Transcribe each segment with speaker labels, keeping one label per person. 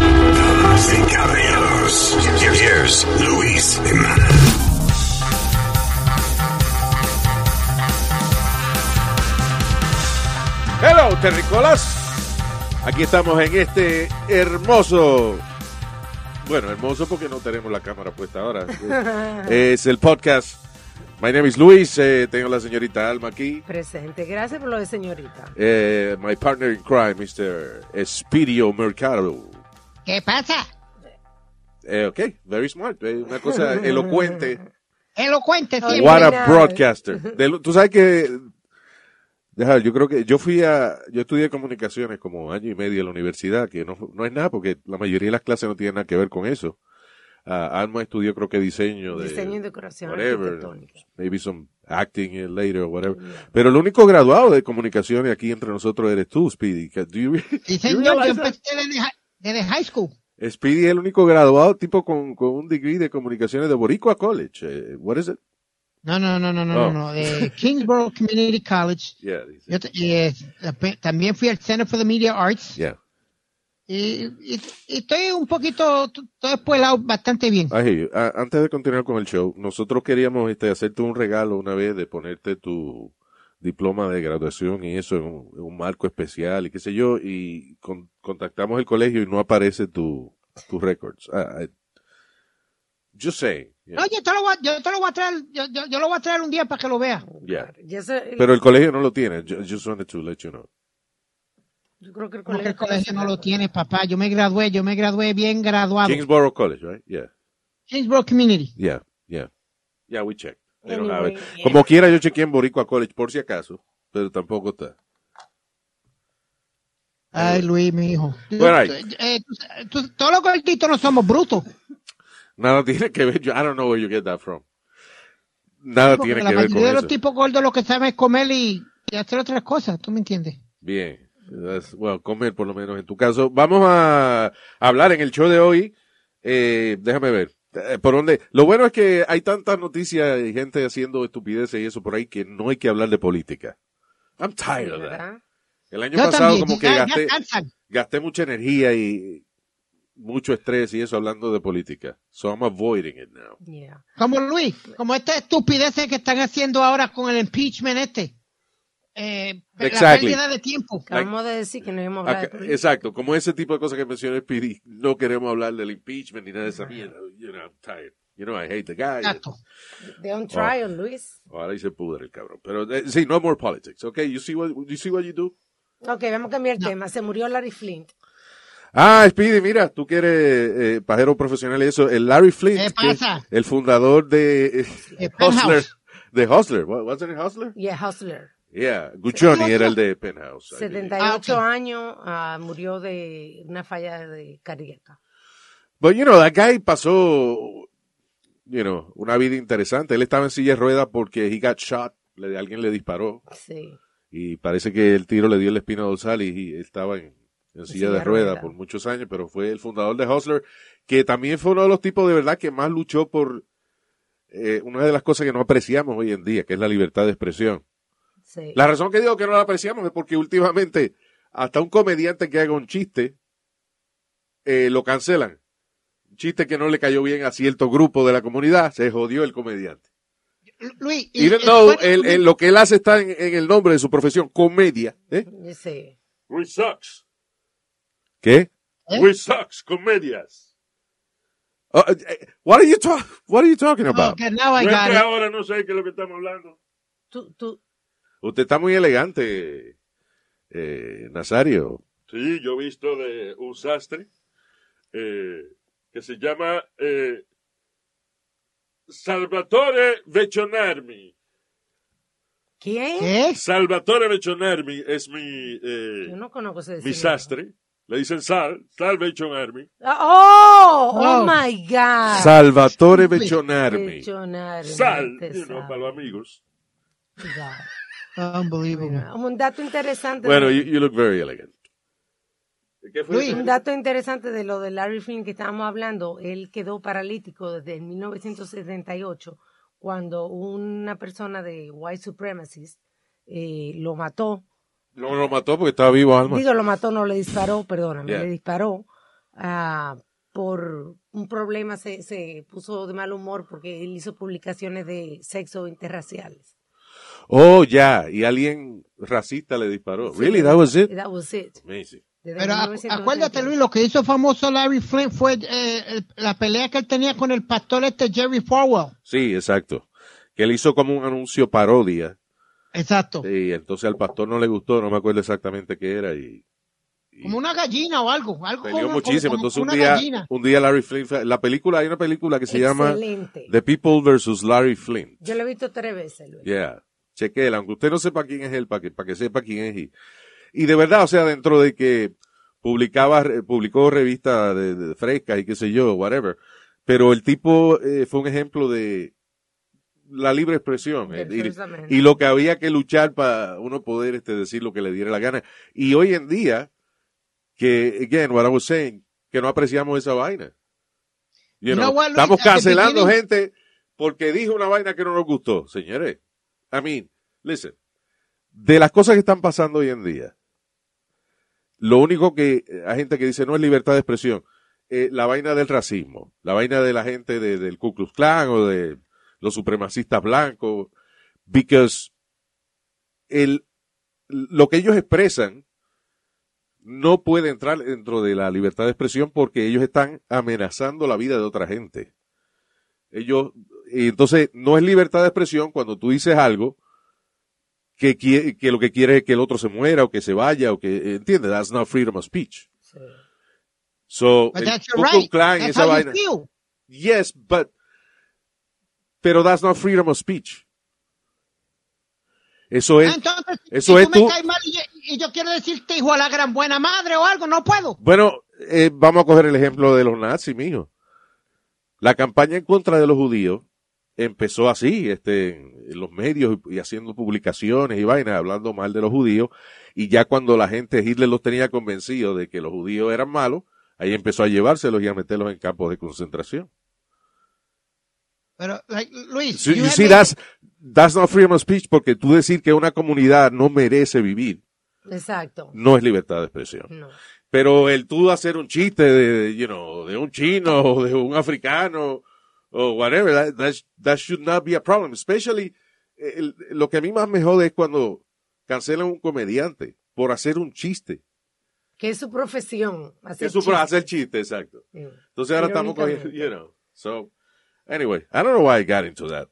Speaker 1: Damas y caballeros, here's Luis Jiménez.
Speaker 2: Hello, Terricolas. Aquí estamos en este hermoso. Bueno, hermoso porque no tenemos la cámara puesta ahora. es el podcast. My name is Luis. eh, tengo la señorita Alma aquí.
Speaker 3: Presente. Gracias por lo de señorita.
Speaker 2: Eh, my partner in crime, Mr. Espirio Mercado.
Speaker 4: ¿Qué pasa?
Speaker 2: Eh, ok, very smart. eh, una cosa elocuente.
Speaker 4: Elocuente
Speaker 3: Oye,
Speaker 4: siempre.
Speaker 2: What a
Speaker 3: mira.
Speaker 2: broadcaster. De lo- Tú sabes que. deja, yo creo que yo fui a, yo estudié comunicaciones como año y medio en la universidad, que no, no es nada porque la mayoría de las clases no tienen nada que ver con eso. Ah, Alma estudió creo que diseño de,
Speaker 3: Diseño y decoración
Speaker 2: whatever,
Speaker 3: arquitectónica.
Speaker 2: maybe some acting eh, later or whatever. Pero el único graduado de comunicaciones aquí entre nosotros eres tú, Speedy. Que- do you re-
Speaker 4: Sí,
Speaker 2: you
Speaker 4: señor,
Speaker 2: realize
Speaker 4: yo
Speaker 2: that?
Speaker 4: empecé desde, hi- desde high school.
Speaker 2: Speedy es el único graduado tipo con, con un degree de comunicaciones de Boricua College. Eh, what is it?
Speaker 4: No, no, no, no, no,
Speaker 2: Oh.
Speaker 4: no, no, de Kingsborough Community College.
Speaker 2: Yeah, dice.
Speaker 4: Yo t- eh, tamp- también fui al Center for the Media Arts.
Speaker 2: Yeah.
Speaker 4: Y, y- y estoy un poquito, t- todo espuelado bastante bien.
Speaker 2: I hear you. A- antes de continuar con el show, nosotros queríamos este, hacerte un regalo una vez de ponerte tu diploma de graduación y eso en un, en un marco especial y qué sé yo, y con- contactamos el colegio y no aparece tu, tus récords. Ah, I- just saying. Yeah.
Speaker 4: No, yo te lo voy a, yo te lo voy a traer, yo, yo- yo lo voy a traer un día para que lo veas.
Speaker 2: Yeah.
Speaker 3: Y eso- y
Speaker 2: Pero el colegio no lo tiene. Ju- Just wanted to let you know.
Speaker 3: yo creo que el
Speaker 4: Porque
Speaker 3: colegio,
Speaker 4: el colegio no lo tiene, papá. Yo me gradué, yo me gradué bien graduado.
Speaker 2: Kingsborough College, right? Yeah.
Speaker 4: Kingsborough Community.
Speaker 2: Yeah. Yeah. Yeah, we checked. They don't have
Speaker 3: Anyway,
Speaker 2: it.
Speaker 3: yeah.
Speaker 2: Como quiera, yo chequeé en Boricua College por si acaso, pero tampoco está.
Speaker 4: Ay, Luis, mi hijo.
Speaker 2: Bueno, ahí.
Speaker 4: Eh, tú- tú- todos los gorditos no somos brutos.
Speaker 2: Nada tiene que ver. Yo, I don't know where you get that from. Nada
Speaker 4: Porque
Speaker 2: tiene
Speaker 4: la
Speaker 2: que ver con
Speaker 4: mayoría de
Speaker 2: eso.
Speaker 4: los tipos gordos lo que saben es comer y, y hacer otras cosas, ¿tú me entiendes?
Speaker 2: Bien. That's- Bueno, comer por lo menos en tu caso. Vamos a hablar en el show de hoy. Eh, déjame ver. Eh, ¿Por dónde? Lo bueno es que hay tantas noticias y gente haciendo estupideces y eso por ahí que no hay que hablar de política. I'm tired of that.
Speaker 3: ¿verdad?
Speaker 2: El año pasado como que
Speaker 4: ya- ya
Speaker 2: gasté,
Speaker 4: cansan.
Speaker 2: gasté mucha energía y mucho estrés y eso hablando de política. So I'm avoiding it now.
Speaker 3: Yeah.
Speaker 4: Como Luis, como estas estupideces que están haciendo ahora con el impeachment este. Eh, La
Speaker 2: Exactly.
Speaker 4: pérdida de tiempo.
Speaker 3: Acabamos de decir que no íbamos a hablar de
Speaker 2: Acá-
Speaker 3: política.
Speaker 2: exacto, como ese tipo de cosas que mencioné, Speedy, no queremos hablar del impeachment ni nada de esa mierda. You know, I'm tired. You know, I hate the guy.
Speaker 4: Exacto.
Speaker 3: De
Speaker 2: oh.
Speaker 3: un trial, Luis.
Speaker 2: Ahora ahí se pudre el cabrón. Pero eh, sí, no more politics, okay? You see what you see what you do?
Speaker 3: Ok, vamos a cambiar el tema. Se murió Larry Flint.
Speaker 2: Ah, Speedy, mira, tú que eres eh, pajero profesional y eso, el Larry Flint,
Speaker 4: ¿Qué
Speaker 2: que es
Speaker 4: pasa?
Speaker 2: el fundador de eh,
Speaker 4: De Penthouse.
Speaker 2: Hustler, de Hustler, What- wasn't it Hustler?
Speaker 3: Yeah, Hustler.
Speaker 2: Yeah, Guccione era el de Penthouse. I believe.
Speaker 3: 78
Speaker 4: Ah, ok.
Speaker 3: años, ah, murió de una falla de cardíaca.
Speaker 2: But you know, that guy pasó, you know, una vida interesante. Él estaba en silla de ruedas porque he got shot, le- alguien le disparó
Speaker 3: Sí.
Speaker 2: y parece que el tiro le dio el espina dorsal y, y estaba en, en silla de ruedas por muchos años, pero fue el fundador de Hustler, que también fue uno de los tipos de verdad que más luchó por eh, una de las cosas que no apreciamos hoy en día, que es la libertad de expresión.
Speaker 3: sí.
Speaker 2: La razón que digo que no la apreciamos es porque últimamente hasta un comediante que haga un chiste eh, lo cancelan. Un chiste que no le cayó bien a cierto grupo de la comunidad, se jodió el comediante.
Speaker 4: Luis, y-
Speaker 2: Even
Speaker 4: y-
Speaker 2: though
Speaker 4: bueno,
Speaker 2: él- él- lo que él hace está en, en el nombre de su profesión, comedia. ¿eh?
Speaker 3: Sí.
Speaker 5: We sucks.
Speaker 2: ¿Qué?
Speaker 4: ¿Eh?
Speaker 5: We sucks. Comedias.
Speaker 2: Uh, eh, what, are you talk- what are you talking about?
Speaker 4: okay, now I
Speaker 5: Yo
Speaker 4: got
Speaker 5: entré
Speaker 4: it.
Speaker 5: ahora, no sé qué es lo que estamos hablando.
Speaker 3: Tú, tú,
Speaker 2: Usted está muy elegante, eh, Nazario.
Speaker 5: Sí, yo he visto de un sastre eh, que se llama eh, Salvatore Vecchionarmi.
Speaker 3: ¿Quién?
Speaker 4: ¿Qué?
Speaker 5: Salvatore Vecchionarmi es mi, eh,
Speaker 3: Yo no conozco ese
Speaker 5: mi
Speaker 3: señor.
Speaker 5: sastre. Le dicen Sal, Sal Vecchionarmi.
Speaker 3: Ah, Oh, oh,
Speaker 4: Oh.
Speaker 3: my God.
Speaker 2: Salvatore
Speaker 4: Stupid.
Speaker 2: Bechonarmi.
Speaker 3: Millonario,
Speaker 5: Sal,
Speaker 3: te
Speaker 5: you know,
Speaker 3: sabe.
Speaker 5: para los amigos.
Speaker 3: este, Ya.
Speaker 4: Unbelievable.
Speaker 3: Un dato interesante.
Speaker 2: Bueno,
Speaker 3: de-
Speaker 2: you, you look very elegant.
Speaker 5: ¿Qué fue?
Speaker 4: Luis.
Speaker 3: Un dato interesante de lo de Larry Flynn que estábamos hablando, él quedó paralítico desde 1978 cuando una persona de white supremacists eh, lo mató.
Speaker 2: No lo mató porque estaba vivo, Alma.
Speaker 3: Digo, lo mató, no le disparó, perdóname,
Speaker 2: Yeah.
Speaker 3: le disparó ah, por un problema, se, se puso de mal humor porque él hizo publicaciones de sexo interraciales.
Speaker 2: Oh, ya. Y alguien racista le disparó. Really, that was it?
Speaker 3: That was it.
Speaker 2: Amazing.
Speaker 3: Desde
Speaker 4: Pero acu-
Speaker 3: 1978.
Speaker 4: acuérdate, Luis, lo que hizo famoso Larry Flint fue eh, el- la pelea que él tenía con el pastor este Jerry Farwell.
Speaker 2: Sí, exacto. Que él hizo como un anuncio parodia.
Speaker 4: Exacto.
Speaker 2: Y entonces al pastor no le gustó, no me acuerdo exactamente qué era. Y, y
Speaker 4: Como una gallina o algo. algo
Speaker 2: peleó
Speaker 4: como-
Speaker 2: muchísimo.
Speaker 4: como-
Speaker 2: entonces
Speaker 4: como
Speaker 2: un
Speaker 4: una
Speaker 2: día,
Speaker 4: gallina.
Speaker 2: un día Larry Flynn. fue- La película, hay una película que se llama
Speaker 3: Excelente.
Speaker 2: The People versus Larry Flynn.
Speaker 3: Yo lo he visto tres veces, Luis.
Speaker 2: Yeah. Chequela, aunque usted no sepa quién es él, para que, para que sepa quién es. Y, y de verdad, o sea, dentro de que publicaba, re- publicó revistas de, de frescas y qué sé yo, whatever. Pero el tipo eh, fue un ejemplo de la libre expresión. eh,
Speaker 3: Definitivamente.
Speaker 2: Y, y lo que había que luchar para uno poder este, decir lo que le diera la gana. Y hoy en día, que, again, what I was saying, que no apreciamos esa vaina. You
Speaker 4: You
Speaker 2: know,
Speaker 4: know what, Luis?
Speaker 2: estamos
Speaker 4: At the
Speaker 2: cancelando
Speaker 4: beginning-
Speaker 2: gente porque dijo una vaina que no nos gustó, señores. I mean, listen, de las cosas que están pasando hoy en día, lo único que eh, hay gente que dice no es libertad de expresión, eh, la vaina del racismo, la vaina de la gente de- del Ku Klux Klan o de los supremacistas blancos, because el, lo que ellos expresan no puede entrar dentro de la libertad de expresión porque ellos están amenazando la vida de otra gente. Ellos, y entonces, no es libertad de expresión cuando tú dices algo que, quie- que lo que quiere es que el otro se muera o que se vaya o que, ¿entiendes? That's not freedom of speech.
Speaker 3: Sí.
Speaker 2: So,
Speaker 4: But
Speaker 2: el
Speaker 4: that's
Speaker 2: Ku
Speaker 4: your
Speaker 2: Klux
Speaker 4: right.
Speaker 2: Klan y
Speaker 4: That's
Speaker 2: esa
Speaker 4: how you
Speaker 2: vaina.
Speaker 4: feel.
Speaker 2: Yes, but pero that's not freedom of speech. Eso
Speaker 4: Ah,
Speaker 2: es
Speaker 4: Entonces,
Speaker 2: Pues, eso
Speaker 4: si
Speaker 2: es
Speaker 4: tú
Speaker 2: tú-
Speaker 4: me caes mal y, y yo quiero decirte, hijo a la gran buena madre o algo, no puedo.
Speaker 2: bueno, eh, vamos a coger el ejemplo de los nazis, mijo. La campaña en contra de los judíos empezó así, este, en en los medios y y haciendo publicaciones y vainas, hablando mal de los judíos, y ya cuando la gente Hitler los tenía convencidos de que los judíos eran malos, ahí empezó a llevárselos y a meterlos en campos de concentración.
Speaker 4: Pero, like, Luis,
Speaker 2: So, you
Speaker 4: have
Speaker 2: see,
Speaker 4: been-
Speaker 2: that's, that's not freedom of speech, porque tú decir que una comunidad no merece vivir
Speaker 3: Exacto.
Speaker 2: no es libertad de expresión.
Speaker 3: No.
Speaker 2: Pero el tú hacer un chiste de, you know, de un chino o de un africano o whatever, that, that, that should not be a problem. Especially, eh, el- lo que a mí más me jode es cuando cancelan un comediante por hacer un chiste.
Speaker 3: Que es su profesión.
Speaker 2: Que
Speaker 3: Hacer
Speaker 2: su
Speaker 3: chistes.
Speaker 2: hacer chiste, exacto.
Speaker 3: Sí.
Speaker 2: Entonces ahora estamos cogiendo,
Speaker 3: Irónicamente.
Speaker 2: you know. So, anyway, I don't know why I got into that.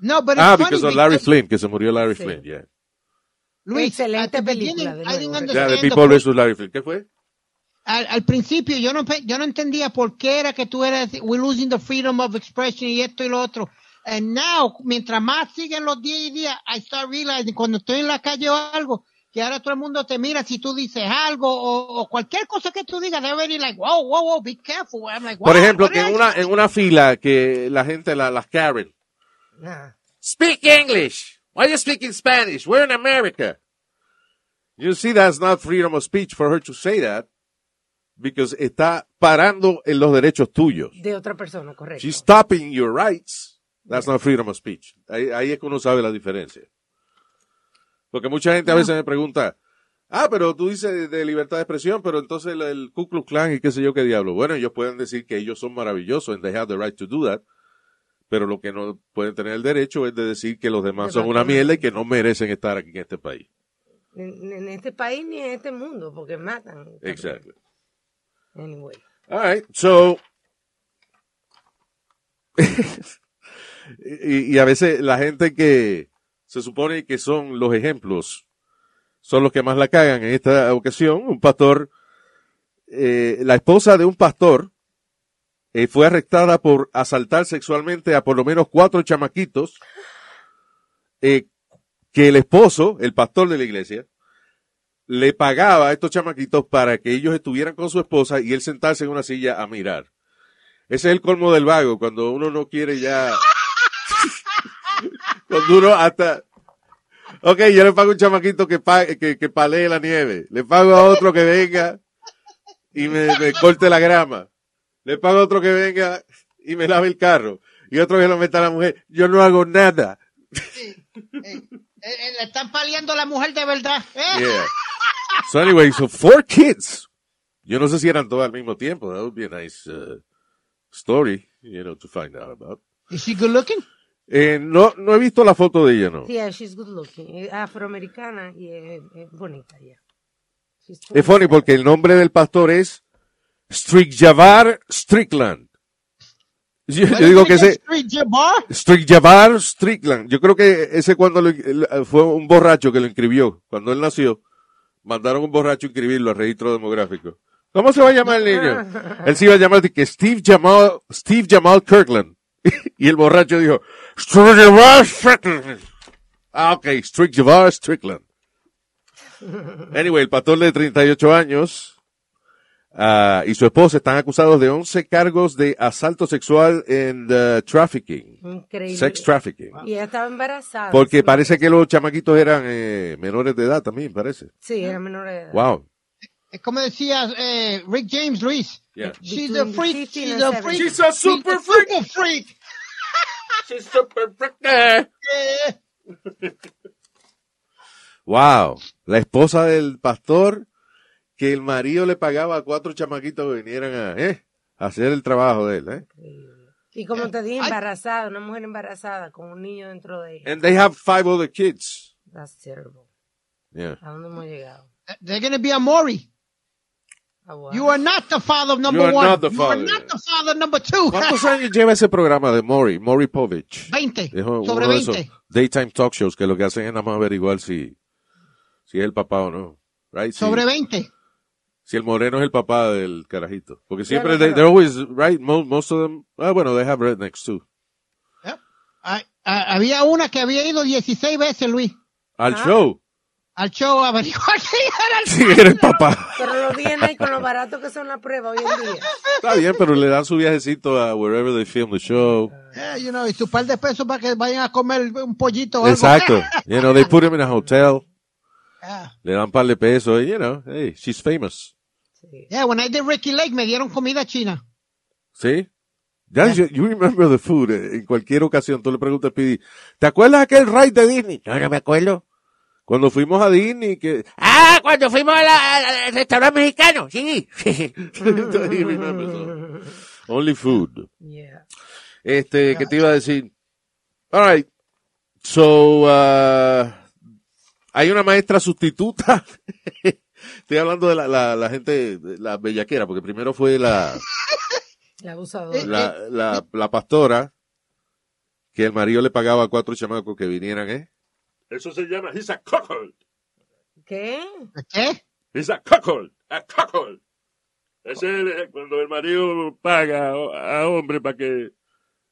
Speaker 4: No, but it's
Speaker 2: Ah,
Speaker 4: funny
Speaker 2: because of Larry
Speaker 4: because-
Speaker 2: Flynn, que se murió Larry
Speaker 3: Sí.
Speaker 2: Flynn, yeah.
Speaker 4: Luis,
Speaker 3: Excelente
Speaker 4: at the
Speaker 3: película, de
Speaker 4: beginning, I
Speaker 3: nuevo.
Speaker 4: didn't
Speaker 2: Ya,
Speaker 4: understand
Speaker 2: de
Speaker 4: the
Speaker 2: People
Speaker 4: point.
Speaker 2: versus Larry Flynn. ¿Qué fue?
Speaker 4: al, al principio yo no pe- yo no entendía por qué era que tú eras we're losing the freedom of expression y esto y lo otro and now mientras más siguen los días y días I start realizing cuando estoy en la calle o algo que ahora todo el mundo te mira si tú dices algo o, o cualquier cosa que tú digas they're already like wow wow wow be careful I'm like,
Speaker 2: Por
Speaker 4: wow,
Speaker 2: ejemplo,
Speaker 4: what
Speaker 2: que
Speaker 4: did
Speaker 2: en
Speaker 4: I
Speaker 2: una,
Speaker 4: say?
Speaker 2: en una fila que la gente, la- las Karen.
Speaker 3: Nah.
Speaker 2: Speak English. Why are you speaking Spanish? We're in America. You see, that's not freedom of speech for her to say that. Because está parando en los derechos tuyos.
Speaker 3: De otra persona, correcto.
Speaker 2: She's stopping your rights. That's not freedom of speech. Ahí, ahí es que uno sabe la diferencia. Porque mucha gente a veces me pregunta, ah, pero tú dices de libertad de expresión, pero entonces el, el Ku Klux Klan y qué sé yo qué diablo. Bueno, ellos pueden decir que ellos son maravillosos and they have the right to do that, pero lo que no pueden tener el derecho es de decir que los demás son una mierda y que no merecen estar aquí en este país.
Speaker 3: En, en este país ni en este mundo, porque matan.
Speaker 2: Exactly.
Speaker 3: Anyway.
Speaker 2: All right, so. y, y a veces la gente que se supone que son los ejemplos son los que más la cagan en esta ocasión. Un pastor, eh, la esposa de un pastor eh, fue arrestada por asaltar sexualmente a por lo menos cuatro chamaquitos eh, que el esposo, el pastor de la iglesia, le pagaba a estos chamaquitos para que ellos estuvieran con su esposa y él sentarse en una silla a mirar. Ese es el colmo del vago, cuando uno no quiere ya. cuando uno hasta. Ok, yo le pago a un chamaquito que, pa- que, que palee la nieve. Le pago a otro que venga y me, me corte la grama. Le pago a otro que venga y me lave el carro. Y otro que lo meta a la mujer. Yo no hago nada.
Speaker 4: Eh, eh, le están paliando a la mujer de verdad. Eh,
Speaker 2: Yeah. So anyway, so four kids. Yo no sé si eran todos al mismo tiempo. That would be a nice uh, story, you know, to find out about.
Speaker 4: Is she good looking?
Speaker 2: Eh, no, no he visto la foto de ella, no.
Speaker 3: Yeah, ah, she's good looking. Es afroamericana y es, es bonita, yeah. She's
Speaker 2: Es funny porque el nombre del pastor es Javar Strickland. Yo, yo digo que ese
Speaker 4: Street Jabbar.
Speaker 2: Javar Strickland, yo creo que ese cuando lo- el- fue un borracho que lo inscribió, cuando él nació, mandaron un borracho a inscribirlo al registro demográfico. ¿Cómo se va a llamar el niño? Él se iba a llamar de que Steve Jamal, Steve Jamal Kirkland. y el borracho dijo, Javar Strickland. Ah, ok, Javar Strickland. Anyway, el pastor de 38 años ah, y su esposa están acusados de 11 cargos de asalto sexual en eh, trafficking,
Speaker 3: Increíble.
Speaker 2: sex trafficking.
Speaker 3: Y ella estaba embarazada.
Speaker 2: Porque
Speaker 3: Sí,
Speaker 2: parece que los chamaquitos eran eh, menores de edad también, parece.
Speaker 3: Sí, era menor de edad.
Speaker 2: Wow.
Speaker 4: Es como decía eh, Rick James Luis.
Speaker 2: Yeah.
Speaker 4: She's a
Speaker 3: Between
Speaker 4: freak.
Speaker 3: 15
Speaker 4: She's
Speaker 3: and
Speaker 4: a
Speaker 3: 17.
Speaker 4: freak.
Speaker 5: She's a super
Speaker 4: She's a super freak. Eh,
Speaker 2: Wow. La esposa del pastor que el marido le pagaba a cuatro chamaquitos que vinieran a, eh, a hacer el trabajo de él. Eh.
Speaker 3: Y como te dije,
Speaker 4: Ay.
Speaker 3: embarazada, una mujer embarazada con un niño dentro de ella.
Speaker 2: And they have five other kids.
Speaker 3: That's terrible.
Speaker 2: Yeah.
Speaker 3: ¿A dónde hemos llegado?
Speaker 4: They're gonna be a Maury.
Speaker 3: Ah, wow.
Speaker 4: You are not the father of number
Speaker 2: You are
Speaker 4: one.
Speaker 2: not the father.
Speaker 4: You are not the father of number two.
Speaker 2: ¿Cuántos años lleva ese programa de Maury, Maury Povich?
Speaker 4: 20.
Speaker 2: Es uno
Speaker 4: sobre
Speaker 2: de esos
Speaker 4: 20.
Speaker 2: daytime talk shows que lo que hacen es nada más averiguar si, si es el papá o no. Right? Si,
Speaker 4: Sobre 20.
Speaker 2: si el moreno es el papá del carajito. Porque siempre,
Speaker 3: no,
Speaker 2: they,
Speaker 3: pero-
Speaker 2: they're always, right? Most, most of them, ah, bueno, they have rednecks too.
Speaker 4: Yep. Ah, ah, había una que había ido 16 veces, Luis,
Speaker 2: Al show.
Speaker 4: al show a averiguar si era el
Speaker 2: Sí, era el papá.
Speaker 3: Pero los DNA y con lo barato que son las pruebas hoy en día.
Speaker 2: Está bien, pero le dan su viajecito a wherever they film the show.
Speaker 4: Eh, you know, y su par de pesos para que vayan a comer un pollito o algo.
Speaker 2: Exacto. You know, they put him in a hotel.
Speaker 4: Ah,
Speaker 2: Le dan un par de pesos. You know, hey, she's famous.
Speaker 3: Sí.
Speaker 4: yeah, when I did Ricky Lake me dieron comida china.
Speaker 2: ¿Sí? Ya, you, you remember the food. eh, En cualquier ocasión, tú le preguntas a Pidi, ¿te acuerdas aquel ride de Disney? No, no me acuerdo. Cuando fuimos a Disney, que... Ah, cuando fuimos a la- a la- al restaurante mexicano, sí. He remembers all. Only food.
Speaker 3: Yeah.
Speaker 2: Este, que te iba a decir. All right. So, uh, hay una maestra sustituta. Estoy hablando de la, la, la gente, de la bellaquera, porque primero fue la,
Speaker 3: La abusadora.
Speaker 4: Eh.
Speaker 2: la, la, la pastora, que el marido le pagaba a cuatro chamacos que vinieran, ¿eh?
Speaker 5: Eso se llama, he's a cuckold.
Speaker 3: ¿Qué?
Speaker 4: ¿Qué?
Speaker 5: He's a cuckold. A cuckold. Es el, eh, cuando el marido paga a, a hombre para que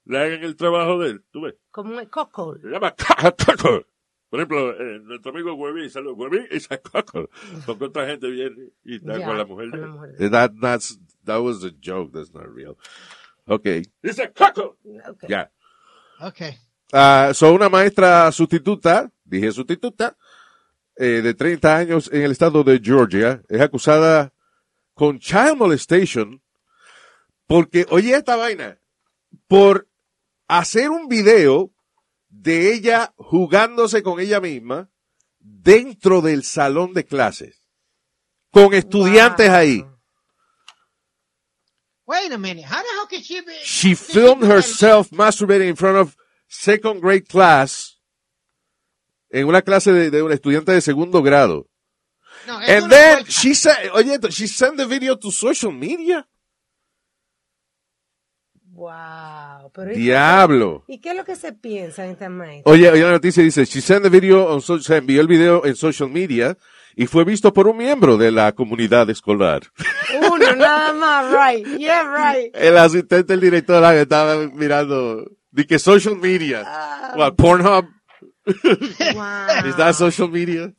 Speaker 5: le hagan el trabajo de él. ¿Tú ves?
Speaker 3: Como un coco.
Speaker 5: Se llama ca- a cuckold. Por ejemplo, eh, nuestro amigo Huevín, saludos. Huevín es a cuckold. Porque otra gente viene y está
Speaker 3: Ya, Ah.
Speaker 5: con la mujer de
Speaker 3: con la
Speaker 5: él.
Speaker 3: mujer de-
Speaker 2: That, that's, that was a joke, that's not real. Okay,
Speaker 5: He's a cuckold.
Speaker 3: Ok.
Speaker 2: ya.
Speaker 4: Okay.
Speaker 2: Ah, son una maestra sustituta, dije sustituta, eh, de 30 años en el estado de Georgia, es acusada con child molestation porque, oye esta vaina, por hacer un video de ella jugándose con ella misma dentro del salón de clases, con estudiantes
Speaker 3: Wow.
Speaker 2: ahí.
Speaker 4: Wait a minute. How the hell could she be?
Speaker 2: She filmed herself masturbating in front of second grade class en una clase de, de un estudiante de segundo grado.
Speaker 4: No, eso
Speaker 2: And
Speaker 4: no
Speaker 2: then
Speaker 4: cuenta.
Speaker 2: she said, oye, esto, she sent the video to social media.
Speaker 3: Wow. Pero ¿y,
Speaker 2: Diablo.
Speaker 3: ¿y qué es lo que se piensa en esta maestra?
Speaker 2: Oye, oye la noticia dice, she sent the video on so- se envió el video en social media y fue visto por un miembro de la comunidad escolar.
Speaker 3: Uno, nada más, right. Yeah, right.
Speaker 2: El asistente del director ah, que estaba mirando, de que social media,
Speaker 4: Ah.
Speaker 2: What, Pornhub,
Speaker 3: Wow.
Speaker 2: is that social media?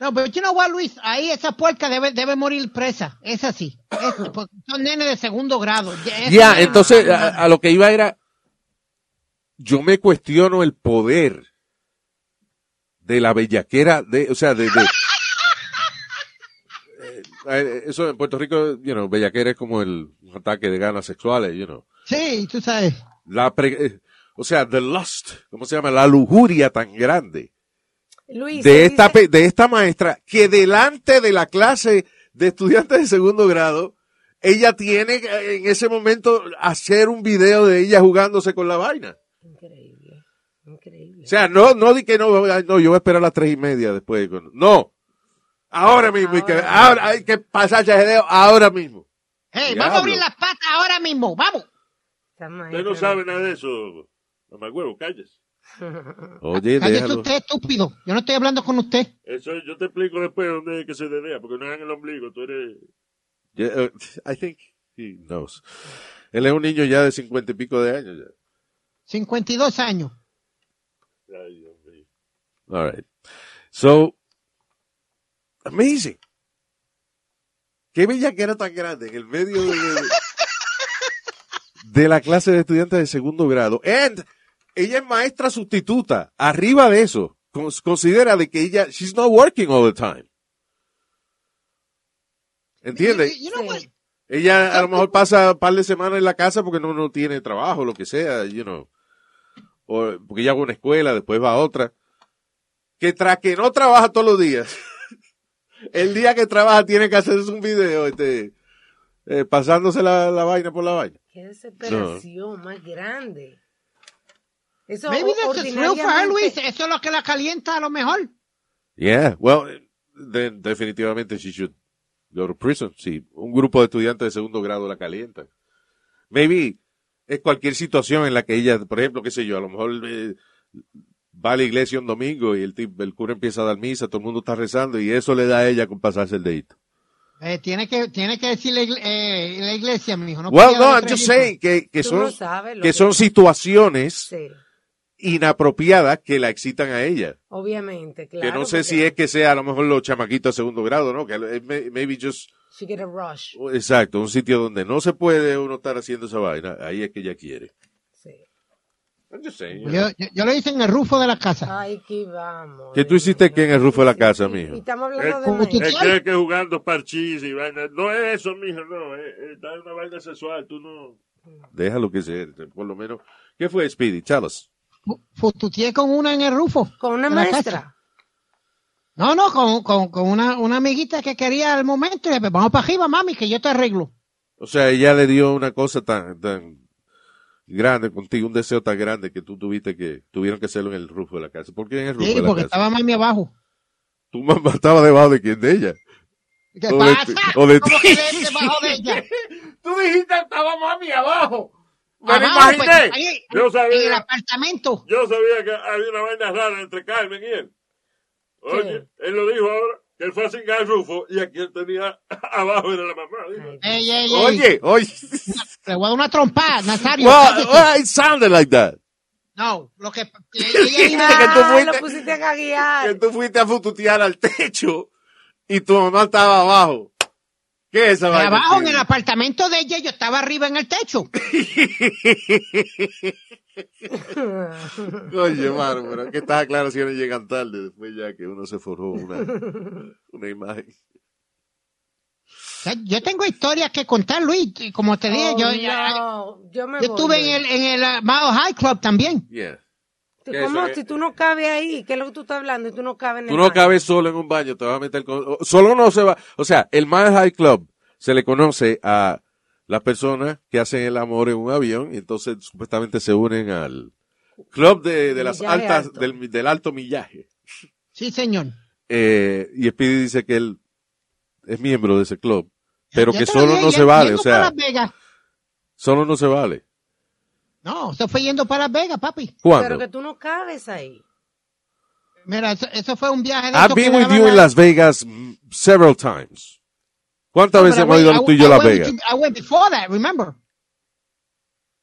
Speaker 4: No, pero you know what, Luis, ahí esa puerca debe, debe morir presa. Es así. Es- porque son nenes de segundo grado. Ya, es-
Speaker 2: Ya, entonces a, a lo que iba era, yo me cuestiono el poder de la bellaquera, de, o sea, de... de- Eh, eh, eso en Puerto Rico, you know, bellaquera es como el ataque de ganas sexuales, you know.
Speaker 4: Sí, tú sabes.
Speaker 2: La pre- eh, o sea, the lust, ¿cómo se llama? La lujuria tan grande
Speaker 3: Luis,
Speaker 2: de
Speaker 3: él
Speaker 2: esta,
Speaker 3: dice-
Speaker 2: pe- de esta maestra que delante de la clase de estudiantes de segundo grado, ella tiene que, eh, en ese momento hacer un video de ella jugándose con la vaina.
Speaker 3: Increíble, increíble.
Speaker 2: O sea, no, no di que no, no, yo voy a esperar a las tres y media después. de- No. Ahora mismo, hay que,
Speaker 3: Ahora.
Speaker 2: ahora hay que pasar ese video ahora mismo.
Speaker 4: Hey,
Speaker 2: Diablo.
Speaker 4: vamos a abrir las patas ahora mismo, vamos.
Speaker 3: Estamos ahí,
Speaker 5: Usted no
Speaker 3: pero-
Speaker 5: sabe nada de eso. Mamá huevo, calles.
Speaker 2: Oye,
Speaker 4: Cállese
Speaker 2: déjalo.
Speaker 4: usted, estúpido. Yo no estoy hablando con usted.
Speaker 5: Eso yo te explico después dónde es que se denea, porque no es en el ombligo, tú eres...
Speaker 2: Yeah, uh, I think he knows. Él es un niño ya de cincuenta y pico de años. ya.
Speaker 4: 52 años.
Speaker 5: Ay, Dios mío.
Speaker 2: All right. So, amazing. Qué bella que era tan grande en el medio de, de la clase de estudiantes de segundo grado. And ella es maestra sustituta. Arriba de eso, cons- considera de que ella, she's not working all the time. ¿Entiendes?
Speaker 4: You know what?
Speaker 3: Sí.
Speaker 2: Ella a lo mejor pasa un par de semanas en la casa porque no, no tiene trabajo, lo que sea, you know. O porque ella va a una escuela, después va a otra. Que tras que no trabaja todos los días, el día que trabaja tiene que hacerse un video, este, eh, pasándose la, la vaina por la vaina.
Speaker 3: Qué desesperación más grande. Eso
Speaker 4: Maybe that's just real for her,
Speaker 3: ordinariamente-
Speaker 4: Luis. Eso es lo que la calienta a lo mejor.
Speaker 2: Yeah, well, then definitivamente she should go to prison. Sí, un grupo de estudiantes de segundo grado la calientan. Maybe es cualquier situación en la que ella, por ejemplo, qué sé yo, a lo mejor eh, va a la iglesia un domingo y el, tip- el cura empieza a dar misa, todo el mundo está rezando y eso le da a ella con pasarse el dedito.
Speaker 4: Eh, tiene que tiene que decir la, igle- eh, la iglesia, mijo. No
Speaker 2: well,
Speaker 4: puede
Speaker 2: no,
Speaker 4: haber
Speaker 2: I'm
Speaker 4: otra
Speaker 2: just
Speaker 4: iglesia.
Speaker 2: saying que, que
Speaker 3: Tú
Speaker 2: son,
Speaker 3: no sabes lo
Speaker 2: que
Speaker 3: que-
Speaker 2: son situaciones
Speaker 3: Sí,
Speaker 2: inapropiadas que la excitan a ella.
Speaker 3: obviamente, claro.
Speaker 2: que no sé
Speaker 3: porque
Speaker 2: si es que sea a lo mejor los chamaquitos de segundo grado, ¿no? Que eh, may- maybe just
Speaker 3: She get a rush.
Speaker 2: Exacto, un sitio donde no se puede uno estar haciendo esa vaina, ahí es que ella quiere.
Speaker 3: Sí.
Speaker 2: I'm just saying, you know.
Speaker 4: Yo, yo, yo lo hice en el rufo de la casa.
Speaker 3: Ay, que vamos.
Speaker 2: ¿Qué tú hiciste
Speaker 3: hermano.
Speaker 2: que en el rufo de la casa,
Speaker 3: Y-
Speaker 2: mijo?
Speaker 3: Y estamos hablando de
Speaker 4: Como tú-
Speaker 3: maíz.
Speaker 5: Él cree que jugando parchís y vaina. No es eso, mijo, no. Es, es dar una vaina sexual, tú no...
Speaker 2: Déjalo que sea, por lo menos. ¿Qué fue, Speedy? Tell us.
Speaker 4: Fu- Fututeé con una en el rufo.
Speaker 3: Con una
Speaker 4: de la casa.
Speaker 3: maestra.
Speaker 4: No, no, con, con, con una, una amiguita que quería al momento. Y le dije, vamos para arriba, mami, que yo te arreglo.
Speaker 2: O sea, ella le dio una cosa tan, tan grande contigo, un deseo tan grande que tú tuviste que, tuvieron que hacerlo en el rufo de la casa. ¿Por qué en el rufo
Speaker 4: Sí,
Speaker 2: de la
Speaker 4: porque
Speaker 2: casa?
Speaker 4: estaba mami abajo.
Speaker 2: Tu mamá estaba debajo de quién, de ella.
Speaker 4: ¿Qué
Speaker 2: O de
Speaker 4: pasa?
Speaker 2: ti- o de
Speaker 4: ¿Cómo
Speaker 2: ti.
Speaker 4: que de- debajo de ella?
Speaker 5: Tú dijiste estaba mami abajo.
Speaker 4: Abajo, pues, ahí,
Speaker 5: Yo
Speaker 4: en el
Speaker 5: sabía,
Speaker 4: apartamento.
Speaker 5: yo sabía que había una vaina rara entre Carmen y él. Oye,
Speaker 3: Sí.
Speaker 5: él lo dijo ahora, que él fue a cingar al Rufo y aquí él tenía abajo era la mamá. dijo.
Speaker 3: Ay,
Speaker 4: Ey, ey, ey.
Speaker 2: Oye, oye.
Speaker 4: Le voy a dar una trompada, Nazario.
Speaker 2: Well,
Speaker 4: cállate.
Speaker 2: well, it sounded like that.
Speaker 4: No, lo que... ella iba-
Speaker 2: que tú
Speaker 3: Ah,
Speaker 2: fuiste-
Speaker 3: lo pusiste a
Speaker 2: que
Speaker 3: caguear.
Speaker 2: tú fuiste a fututear al techo y tu mamá estaba abajo. ¿Qué es esa
Speaker 4: De
Speaker 2: vaina?
Speaker 4: abajo en
Speaker 2: tío?
Speaker 4: el apartamento de ella, yo estaba arriba en el techo.
Speaker 2: Oye, mano, pero es que estas aclaraciones llegan tarde, después ya que uno se forjó una, una imagen.
Speaker 4: O sea, Yo tengo historias que contar, Luis. y Como te dije,
Speaker 3: Oh,
Speaker 4: yo,
Speaker 3: no, yo me
Speaker 4: yo
Speaker 3: voy,
Speaker 4: estuve en
Speaker 3: Luis.
Speaker 4: el, en el ah, Mile High Club también.
Speaker 2: Yeah.
Speaker 3: Tú-
Speaker 2: ¿Qué es
Speaker 3: ¿Cómo?
Speaker 2: eso?
Speaker 3: Si tú no cabes ahí, ¿qué es lo que tú estás hablando? Y tú no cabes en
Speaker 2: Tú
Speaker 3: el
Speaker 2: no
Speaker 3: baño.
Speaker 2: cabes solo en un baño, te vas a meter con... o- Solo no se va... O sea, el Mile High Club se le conoce a las personas que hacen el amor en un avión y entonces supuestamente se unen al club de, de las
Speaker 3: Millaje
Speaker 2: altas,
Speaker 3: alto.
Speaker 2: Del, del alto millaje.
Speaker 4: Sí, señor.
Speaker 2: Eh, y Speedy dice que él es miembro de ese club, pero
Speaker 4: Ya
Speaker 2: que
Speaker 4: te lo
Speaker 2: solo
Speaker 4: dije,
Speaker 2: no
Speaker 4: ya-
Speaker 2: se vale,
Speaker 4: yendo
Speaker 2: o sea,
Speaker 4: para Las Vegas.
Speaker 2: solo no se vale.
Speaker 4: No, eso fue yendo para Las Vegas, papi.
Speaker 3: Pero que
Speaker 2: ¿Cuándo?
Speaker 3: tú no cabes ahí.
Speaker 4: Mira, eso, eso fue un viaje de
Speaker 2: I've
Speaker 4: esos que
Speaker 2: been with
Speaker 4: daban
Speaker 2: you
Speaker 4: la-
Speaker 2: in Las Vegas mm, several times. ¿Cuántas
Speaker 4: No,
Speaker 2: veces
Speaker 4: pero
Speaker 2: hemos
Speaker 4: I
Speaker 2: ido
Speaker 4: went-
Speaker 2: tú y yo
Speaker 4: I
Speaker 2: a Las
Speaker 4: went
Speaker 2: Vegas?
Speaker 4: to- I went before that, remember?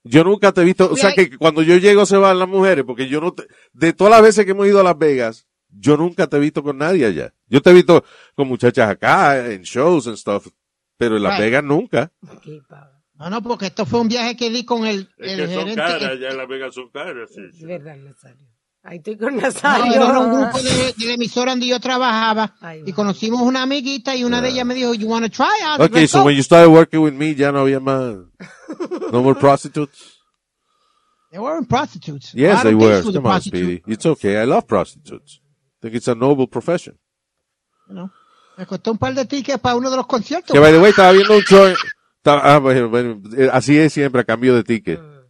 Speaker 2: Yo nunca te he visto, o sea
Speaker 4: Mira-
Speaker 2: que cuando yo llego se van las mujeres, porque yo no te, de todas las veces que hemos ido a Las Vegas, yo nunca te he visto con nadie allá. Yo te he visto con muchachas acá, en shows and stuff, pero en Las
Speaker 4: Right.
Speaker 2: Vegas nunca.
Speaker 3: Qué pavo.
Speaker 4: No, no, porque esto fue un viaje que di con el,
Speaker 5: Es
Speaker 4: el
Speaker 5: que son
Speaker 4: gerente. este,
Speaker 5: caras, ya en Las Vegas son caras. Sí,
Speaker 3: Es
Speaker 5: sí.
Speaker 3: verdad, Nazario. Ahí estoy con
Speaker 4: No,
Speaker 3: Nazario.
Speaker 4: yo era un grupo de, de la emisora donde yo trabajaba
Speaker 3: Ay,
Speaker 4: y
Speaker 3: wow.
Speaker 4: conocimos una amiguita y una de ellas me dijo, you want to try out?
Speaker 2: Okay, so when you started working with me, ya no había más. No more prostitutes.
Speaker 4: They weren't prostitutes.
Speaker 2: Yes,
Speaker 4: I don't
Speaker 2: they
Speaker 4: think
Speaker 2: were.
Speaker 4: she was
Speaker 2: Come
Speaker 4: a
Speaker 2: on,
Speaker 4: prostitute,
Speaker 2: Speedy. It's okay. I love prostitutes. I think it's a noble profession.
Speaker 4: you know. Me costó un par de tickets para uno de los conciertos.
Speaker 2: Que by the way, estaba viendo un show. estaba- ah, bueno, bueno, eh, así es siempre, a cambio de ticket.
Speaker 5: Ah.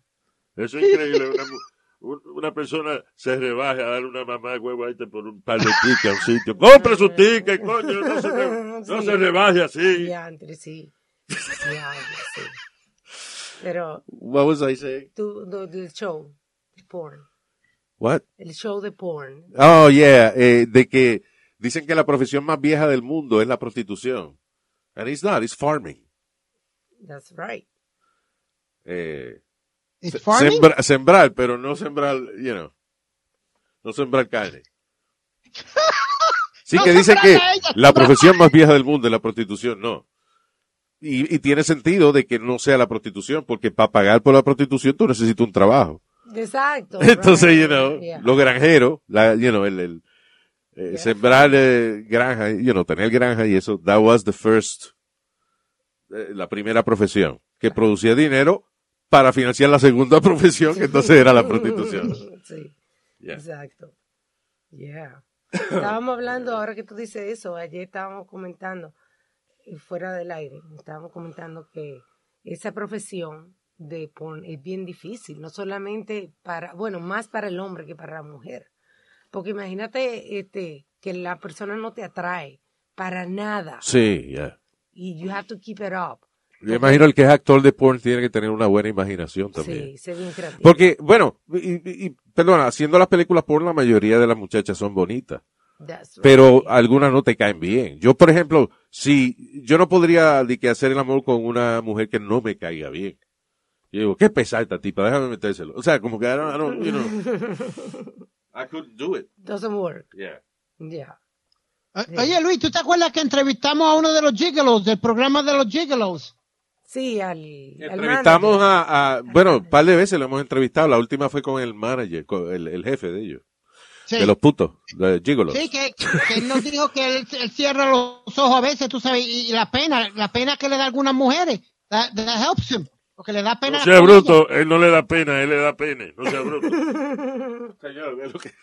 Speaker 5: Eso es increíble. Una, mu- un- una persona se rebaja a dar una mamá de huevo ahí por un par de tickets a un sitio. ¡Compre su ticket, coño! No se, re- no
Speaker 3: Sí.
Speaker 5: se rebaje así.
Speaker 3: Diantre, sí. Diantre, sí. Pero
Speaker 2: What was I saying?
Speaker 3: tú, no, el show de porn.
Speaker 2: What?
Speaker 3: El show de porn.
Speaker 2: Oh, yeah. eh, de que dicen que la profesión más vieja del mundo es la prostitución. And it's not, it's farming.
Speaker 3: That's right.
Speaker 2: Eh,
Speaker 4: It's
Speaker 2: se-
Speaker 4: farming?
Speaker 2: sembra- sembrar, pero no sembrar, you know, no sembrar carne. Sí,
Speaker 4: No
Speaker 2: que dice
Speaker 4: sembrar
Speaker 2: que
Speaker 4: carne,
Speaker 2: la
Speaker 4: sembrar
Speaker 2: profesión más vieja del mundo es la prostitución, no. Y, y tiene sentido de que no sea la prostitución, porque para pagar por la prostitución tú necesitas un trabajo.
Speaker 3: Exacto.
Speaker 2: Entonces,
Speaker 3: right.
Speaker 2: you know,
Speaker 3: Yeah.
Speaker 2: los granjeros, la, you know, el, el, eh,
Speaker 3: Yeah.
Speaker 2: sembrar eh, granja, you know, tener granja y eso, that was the first, eh, la primera profesión, que producía dinero para financiar la segunda profesión, que entonces era la prostitución.
Speaker 3: Sí,
Speaker 2: Yeah.
Speaker 3: exacto. Yeah. Estábamos hablando, ahora que tú dices eso, ayer estábamos comentando, eh, fuera del aire, estábamos comentando que esa profesión de porn es bien difícil, no solamente para, bueno, más para el hombre que para la mujer. Porque imagínate este, que la persona no te atrae para nada
Speaker 2: Sí, yeah.
Speaker 3: y you have to keep it up.
Speaker 2: Yo imagino el que es actor de porn tiene que tener una buena imaginación también.
Speaker 3: Sí, ser bien creativo.
Speaker 2: Porque, bueno, y, y- y, perdona, haciendo las películas porn, la mayoría de las muchachas son bonitas.
Speaker 3: That's right.
Speaker 2: pero ah, algunas no te caen bien. Yo, por ejemplo, si yo no podría de que hacer el amor con una mujer que no me caiga bien. Yo digo, qué pesada esta tipa, déjame metérselo. O sea, como que I don't, I don't, you know. I couldn't do it.
Speaker 3: Doesn't work.
Speaker 2: Yeah.
Speaker 3: Yeah.
Speaker 4: O- Ah, Oye, Luis, ¿tú te acuerdas que entrevistamos a uno de los gigolos, del programa de los gigolos?
Speaker 3: Sí, al. al
Speaker 2: Entrevistamos
Speaker 3: manager.
Speaker 2: a, a- bueno, un par de veces lo hemos entrevistado. La última fue con el manager, con el, el jefe de ellos,
Speaker 4: Sí,
Speaker 2: de los putos, de Gigolos.
Speaker 4: sí que, que él nos dijo que él, él cierra los ojos a veces, tú sabes, y, y la pena, la pena que le da a algunas mujeres, that, that helps him, porque le da pena.
Speaker 5: No sea
Speaker 4: con ellas.
Speaker 5: bruto, él no le da pena, él le da pene. No sea bruto.
Speaker 2: Señor, ve lo que...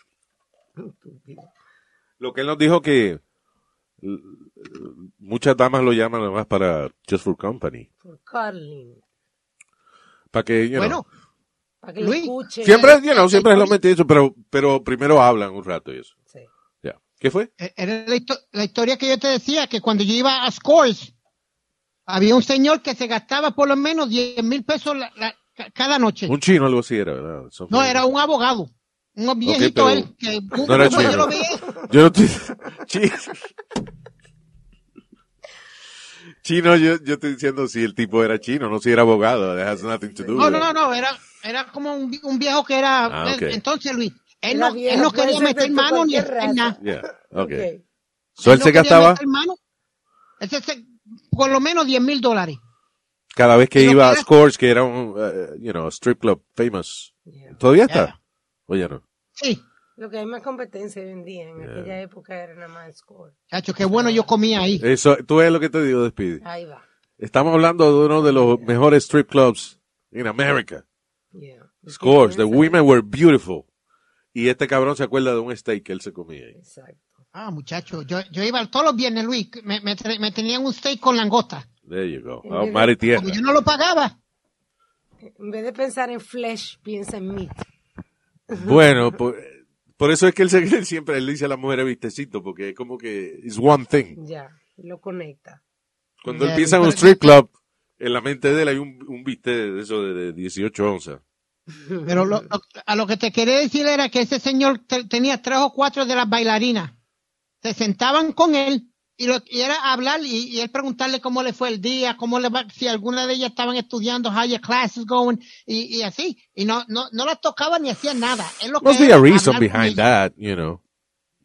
Speaker 2: Lo que él nos dijo que eh, muchas damas lo llaman nada más para just for company.
Speaker 3: Por Carlin.
Speaker 2: Para que, you know,
Speaker 4: Bueno, eh,
Speaker 3: Para que lo
Speaker 4: Luis,
Speaker 3: escuchen.
Speaker 2: Siempre, you know, siempre es lo metido eso, pero, pero primero hablan un rato y eso.
Speaker 3: Sí.
Speaker 2: Ya. ¿Qué fue?
Speaker 4: Eh, Era la, histo- la historia que yo te decía, que cuando yo iba a Scores, había un señor que se gastaba por lo menos 10 mil pesos la- la- ca- cada noche.
Speaker 2: Un chino algo así era, ¿verdad? Something-
Speaker 4: No, era un abogado. Un viejito
Speaker 2: pero-
Speaker 4: él. Que,
Speaker 2: No era
Speaker 4: Yo
Speaker 2: chino.
Speaker 4: lo veía.
Speaker 2: Yo no estoy... Chino. Chino, yo, yo estoy diciendo si el tipo era chino, no si era abogado. That has nothing to do
Speaker 4: No,
Speaker 2: with
Speaker 4: no,
Speaker 2: it.
Speaker 4: no, no, era, era como un, vi- un viejo que era...
Speaker 2: eh.
Speaker 4: eh,
Speaker 2: Ah, ok.
Speaker 4: Entonces, Luis, él
Speaker 3: Era
Speaker 4: no,
Speaker 3: viejo,
Speaker 4: él no
Speaker 3: puede
Speaker 4: quería
Speaker 3: ser de
Speaker 4: meter mano ni
Speaker 3: cualquier
Speaker 4: hacer nada.
Speaker 3: raza.
Speaker 2: Yeah,
Speaker 3: Ok.
Speaker 2: okay. So, él
Speaker 4: no
Speaker 2: se
Speaker 4: quería
Speaker 2: gastaba
Speaker 4: meter mano. Él se- se- por lo menos 10 mil dólares.
Speaker 2: cada vez que
Speaker 4: Pero
Speaker 2: iba a
Speaker 4: era-
Speaker 2: Scores, que era un, eh, you know, strip club famous.
Speaker 3: Yeah.
Speaker 2: ¿Todavía está?
Speaker 4: Ya.
Speaker 2: Oye, no.
Speaker 4: Sí.
Speaker 3: Lo que hay más competencia hoy en día. En aquella época era nada más score.
Speaker 4: Chacho, qué bueno yo comía ahí.
Speaker 2: Eso, tú ves lo que te digo, despide.
Speaker 3: Ahí va.
Speaker 2: Estamos hablando de uno de los mejores strip clubs en América.
Speaker 3: Yeah.
Speaker 2: Scores. The
Speaker 3: Piensa-
Speaker 2: women were beautiful. Y este cabrón se acuerda de un steak que él se comía. ahí.
Speaker 3: Exacto.
Speaker 4: Ah, muchacho, yo, yo iba todos los viernes, Luis, me, me, tra- me tenían un steak con langosta.
Speaker 2: There you go. Oh, mar y tierra.
Speaker 4: Como yo no lo pagaba.
Speaker 3: En vez de pensar en flesh, piensa en meat.
Speaker 2: Bueno, por, por eso es que él, se- él siempre le dice a la mujer vistecito, porque es como que it's one thing.
Speaker 3: Ya. Lo conecta.
Speaker 2: Cuando él
Speaker 4: Yeah,
Speaker 2: piensa en un
Speaker 4: pero-
Speaker 2: strip club, en la mente de él hay un, un viste de eso de, de 18 onzas.
Speaker 4: Pero lo- lo- a lo que te quería decir era que ese señor te- tenía tres o cuatro de las bailarinas. Se sentaban con él y, lo, y era hablar y, y él preguntarle cómo le fue el día, cómo le va, si alguna de ellas estaban estudiando, how your classes going y, y así. Y no, no, no las tocaba ni hacía nada. Él lo que
Speaker 2: Must be
Speaker 4: era
Speaker 2: a reason
Speaker 4: hablar con
Speaker 2: behind
Speaker 4: ellas.
Speaker 2: that, you know.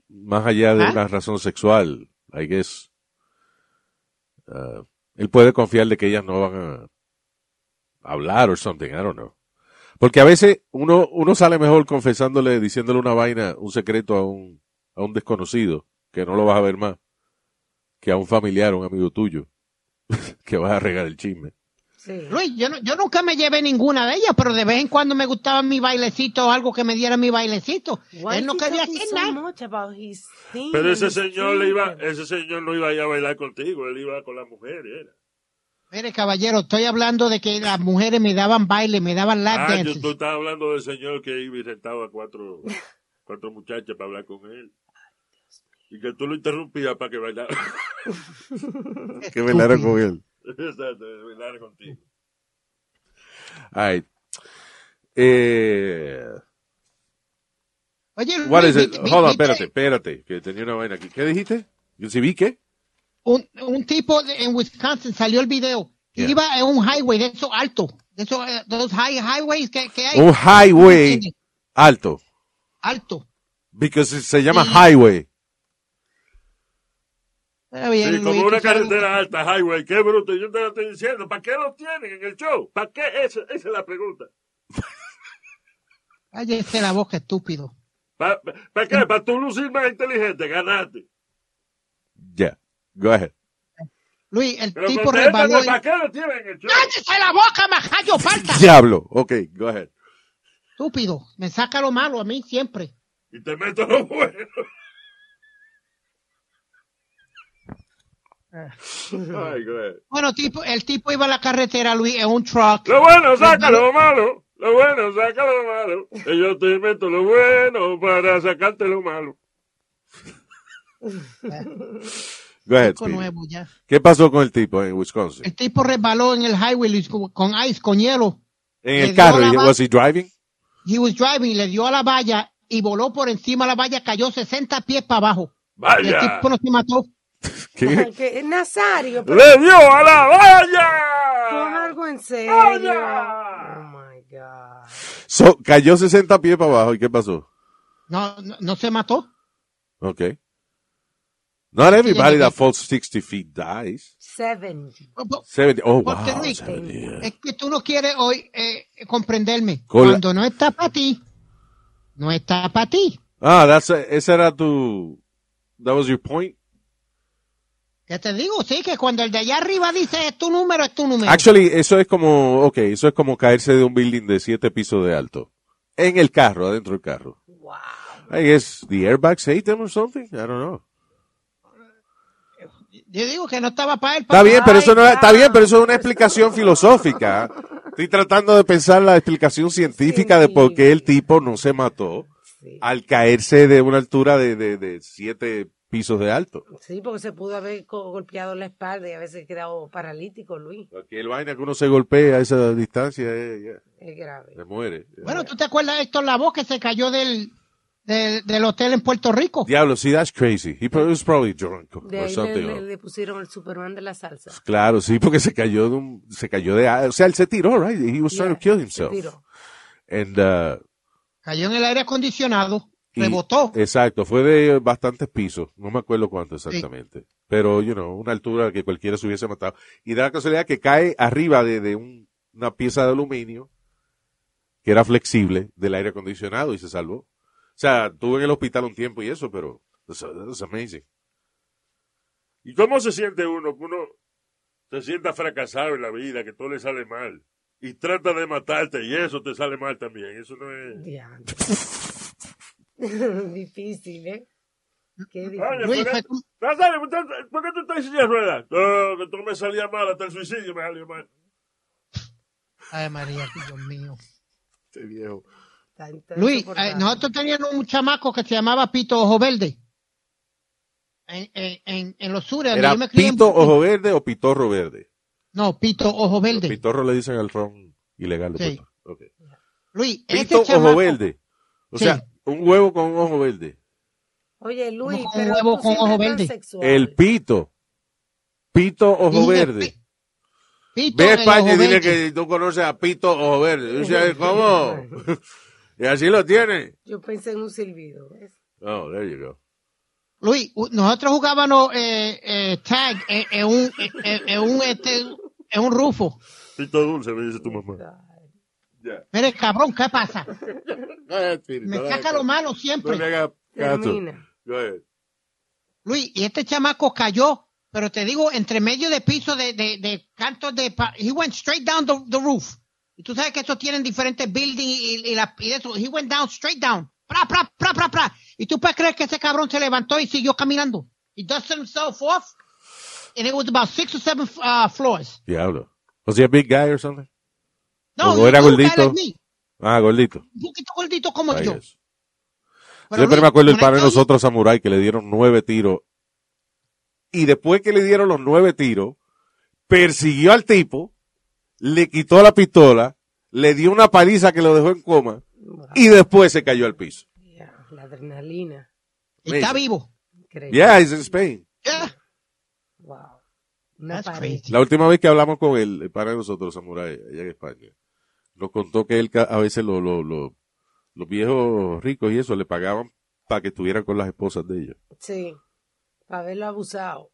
Speaker 2: Más allá de
Speaker 4: ¿Ah?
Speaker 2: una razón sexual, I guess. Uh, él puede confiar de que ellas no van a hablar or something, I don't know. Porque a veces uno, uno sale mejor confesándole, diciéndole una vaina, un secreto a un, a un desconocido, que no lo vas a ver más, que a un familiar, un amigo tuyo, que vas a regar el chisme.
Speaker 3: Sí.
Speaker 4: Luis, yo, no- yo nunca me llevé ninguna de ellas, pero de vez en cuando me gustaba mi bailecito o algo que me diera mi bailecito.
Speaker 3: Why
Speaker 4: Él no
Speaker 3: is he
Speaker 4: quería
Speaker 3: talking
Speaker 4: hacer
Speaker 3: so
Speaker 4: nada.
Speaker 3: much about his thing
Speaker 5: Pero
Speaker 3: and
Speaker 5: ese
Speaker 3: his
Speaker 5: señor le iba,
Speaker 3: children?
Speaker 5: ese señor no iba a ir a bailar contigo, él iba con la mujer, era.
Speaker 4: Mire, caballero, estoy hablando de que las mujeres me daban baile, me daban lap
Speaker 5: Ah, yo,
Speaker 4: dances.
Speaker 5: tú estabas hablando del señor que iba y rentaba cuatro, cuatro muchachas para hablar con él. Y que tú lo interrumpías para que bailara.
Speaker 2: Que bailaron con él.
Speaker 5: Exacto, bailara contigo.
Speaker 2: All right. Eh,
Speaker 4: Oye, Luis,
Speaker 2: what is
Speaker 4: vi-
Speaker 2: it?
Speaker 4: vi-
Speaker 2: Hold on,
Speaker 4: vi-
Speaker 2: espérate, espérate, que tenía una vaina aquí. ¿Qué dijiste? ¿Yo sí vi qué?
Speaker 4: Un, un tipo de- en Wisconsin salió el video.
Speaker 2: Yeah.
Speaker 4: Iba en un highway de esos altos, de esos eh, de los high, highways que, que hay.
Speaker 2: Un highway alto.
Speaker 4: Alto.
Speaker 2: Because se llama
Speaker 4: Sí.
Speaker 2: highway.
Speaker 4: Está bien,
Speaker 5: Sí,
Speaker 4: Luis,
Speaker 5: como
Speaker 4: tú
Speaker 5: una
Speaker 4: sabes.
Speaker 5: carretera alta, highway, qué bruto. Yo te lo estoy diciendo, ¿para qué lo tienen en el show? ¿Para qué? Esa, esa es la pregunta.
Speaker 4: Cállese la boca, estúpido.
Speaker 5: ¿Para, para qué? ¿Para tú lucir más inteligente? Ganaste.
Speaker 2: Yeah. Go ahead.
Speaker 4: Luis, el
Speaker 5: Pero pues,
Speaker 4: tipo revaló.
Speaker 5: contéstame,
Speaker 4: el-
Speaker 5: ¿para qué lo tienen en el show?
Speaker 4: ¡Cállese la boca, majayo, falta!
Speaker 2: Diablo. Ok, go ahead.
Speaker 4: Estúpido, me saca lo malo a mí siempre.
Speaker 5: Y te meto lo bueno. Ay, güey.
Speaker 4: Bueno, tipo, el tipo iba a la carretera, Luis, en un truck.
Speaker 5: Lo bueno, saca lo malo. Lo bueno, saca lo malo. Y yo te invento lo bueno para sacarte lo malo.
Speaker 2: Go ahead.
Speaker 4: Con
Speaker 2: Speedy.
Speaker 4: nuevo Eh, ya.
Speaker 2: ¿Qué pasó con el tipo en Wisconsin?
Speaker 4: El tipo resbaló en el highway Luis, con, con ice, con hielo.
Speaker 2: En el
Speaker 4: le dio
Speaker 2: carro.
Speaker 4: la
Speaker 2: ¿y-
Speaker 4: mano.
Speaker 2: ¿Was he driving?
Speaker 4: He was driving, le dio a la valla y voló por encima de la valla, cayó 60 pies para abajo. Y el
Speaker 5: ¡Vaya!
Speaker 4: tipo no se mató.
Speaker 2: ¿Qué?
Speaker 3: Que- Nazario, pero
Speaker 5: ¡Le dio a la
Speaker 3: pon
Speaker 5: valla!
Speaker 3: algo en serio.
Speaker 5: Vaya.
Speaker 3: Oh my God.
Speaker 2: So, cayó 60 pies para abajo. ¿Y qué pasó?
Speaker 4: No, no, no se mató.
Speaker 2: Okay. Not everybody
Speaker 4: Tiene
Speaker 2: that
Speaker 4: que-
Speaker 2: falls 60 feet dies.
Speaker 3: Seven.
Speaker 2: 70. Oh,
Speaker 4: Porque
Speaker 2: wow.
Speaker 4: Luis-
Speaker 2: 70, yeah.
Speaker 4: Es que tú no quieres hoy eh, comprenderme.
Speaker 2: Con la-
Speaker 4: Cuando no está para ti, no está para ti.
Speaker 2: Ah, that's ese era tu. That was your point.
Speaker 4: Ya te digo, sí, que cuando el de allá arriba dice es tu número, es tu número.
Speaker 2: Actually, eso es como, okay, eso es como caerse de un building de siete pisos de alto. En el carro, adentro del carro.
Speaker 3: Wow.
Speaker 2: I guess the airbags hate them or something. I don't know.
Speaker 4: Yo digo que no estaba para él.
Speaker 2: Está
Speaker 4: pa-
Speaker 3: Oh
Speaker 2: bien, pero eso no era- está
Speaker 3: claro.
Speaker 2: bien, pero eso es una explicación filosófica. Estoy tratando de pensar la explicación científica de por qué el tipo no se mató
Speaker 3: Sí.
Speaker 2: al caerse de una altura de, de, de siete pisos de alto.
Speaker 3: Sí, porque se pudo haber co- golpeado la espalda y haberse quedado paralítico, Luis.
Speaker 2: Aquel vaina que uno se golpea a esa distancia, eh, ya,
Speaker 3: Es grave.
Speaker 2: se muere.
Speaker 4: Bueno, ¿tú te acuerdas de Héctor Lavoe que se cayó del, del, del hotel en Puerto Rico?
Speaker 2: Diablo, sí, that's crazy. He pro- was probably drunk
Speaker 3: De
Speaker 2: or
Speaker 3: ahí le,
Speaker 2: something.
Speaker 3: le-
Speaker 2: or-
Speaker 3: le pusieron el Superman de la salsa.
Speaker 2: Claro, sí, porque se cayó de un, se cayó de, o sea, él se tiró, right? He was trying
Speaker 3: Yeah,
Speaker 2: to kill
Speaker 3: se
Speaker 2: himself.
Speaker 3: tiró.
Speaker 2: And, uh,
Speaker 4: Cayó en el aire acondicionado,
Speaker 2: y-
Speaker 4: rebotó.
Speaker 2: Exacto, fue de bastantes pisos, no me acuerdo cuánto exactamente. Pero, you know, una altura que cualquiera se hubiese matado. Y da la casualidad que cae arriba de, de un- una pieza de aluminio que era flexible del aire acondicionado y se salvó. O sea, tuve en el hospital un tiempo y eso, pero, that's, that's amazing.
Speaker 5: ¿Y cómo se siente uno? Que uno se sienta fracasado en la vida, que todo le sale mal. Y trata de matarte y eso te sale mal también. Eso no es...
Speaker 3: Diantre. difícil, ¿eh? Qué
Speaker 5: Oye,
Speaker 3: difícil.
Speaker 4: Luis,
Speaker 5: ¿por qué,
Speaker 4: fue como-
Speaker 5: Nazario, ¿por qué- Ah, por qué tú estás en silla de ruedas? No, que tú me salía mal, hasta el suicidio me salió mal.
Speaker 4: Ay, María, Dios mío.
Speaker 2: Este viejo.
Speaker 3: Está- está
Speaker 4: Luis,
Speaker 3: insoportable.
Speaker 4: eh, nosotros teníamos un chamaco que se llamaba Pito Ojo Verde. En, en, en, en los sures. donde
Speaker 2: ¿Era
Speaker 4: yo me crié en-
Speaker 2: pito ojo verde o pitorro verde?
Speaker 4: No, Pito Ojo Verde.
Speaker 2: Pitorro le dicen al ron ilegal. de
Speaker 4: Sí.
Speaker 2: Puerto Rico. Ok.
Speaker 4: Luis,
Speaker 2: Pito
Speaker 4: ese Este chamaco,
Speaker 2: ojo verde. O
Speaker 4: Sí.
Speaker 2: sea, un huevo con un ojo verde.
Speaker 3: Oye, Luis,
Speaker 4: como con
Speaker 3: pero
Speaker 4: huevo
Speaker 3: tú
Speaker 4: con
Speaker 3: siempre tan
Speaker 4: ojo verde.
Speaker 3: sexual.
Speaker 2: El pito. Pito ojo
Speaker 4: dije,
Speaker 2: verde.
Speaker 4: Pito
Speaker 2: Ve a
Speaker 4: el
Speaker 2: España y
Speaker 4: Ojo
Speaker 2: dile
Speaker 4: Verde.
Speaker 2: que tú conoces a Pito ojo verde. Y dice, ¿cómo? y así lo tiene.
Speaker 3: Yo pensé en un silbido. ¿ves?
Speaker 2: Oh, there you go.
Speaker 4: Luis, u- nosotros jugábamos eh, eh, tag en en un, en- en- en un, este, en un rufo.
Speaker 5: Pito dulce, me dice tu mamá.
Speaker 3: Ay,
Speaker 5: Ya.
Speaker 4: Mire, cabrón, ¿qué pasa?
Speaker 5: Go Spirit.
Speaker 4: Me saca lo malo siempre.
Speaker 3: Termina.
Speaker 4: Luis, y este chamaco cayó, pero te digo, entre medio de piso de, de, de cantos de... pa- He went straight down the, the roof. Y tú sabes que esos tienen diferentes buildings y, y, la- y eso. He went down, straight down. Pra, pra, pra, pra, pra. Y tú puedes creer que ese cabrón se levantó y siguió caminando. He dusted himself off. And it was about six or seven uh, floors.
Speaker 2: Diablo. Was he a big guy or something?
Speaker 4: No,
Speaker 2: Como era
Speaker 4: he was a guy
Speaker 2: gordito.
Speaker 4: like me,
Speaker 2: Ah, gordito.
Speaker 4: Un poquito gordito como
Speaker 2: I
Speaker 4: yo.
Speaker 2: guess.
Speaker 4: Pero
Speaker 2: Siempre
Speaker 4: Luis,
Speaker 2: me acuerdo el
Speaker 4: when I
Speaker 2: padre de
Speaker 4: tell you-
Speaker 2: nosotros, Samurai, que le dieron nueve tiros. Y después que le dieron los nueve tiros, persiguió al tipo, le quitó la pistola, le dio una paliza que lo dejó en coma, y después se cayó al piso.
Speaker 3: Ya, La adrenalina.
Speaker 4: Está vivo.
Speaker 3: Increíble.
Speaker 2: Yeah, he's in Spain.
Speaker 4: Yeah.
Speaker 3: Wow. Una
Speaker 4: That's
Speaker 3: pared.
Speaker 4: crazy.
Speaker 2: La última vez que hablamos con él, el padre de nosotros, Samurai, allá en España, nos contó que él ca- a veces lo- lo- lo- los viejos ricos y eso le pagaban para que estuvieran con las esposas de ellos.
Speaker 3: Sí. Para verlo abusado.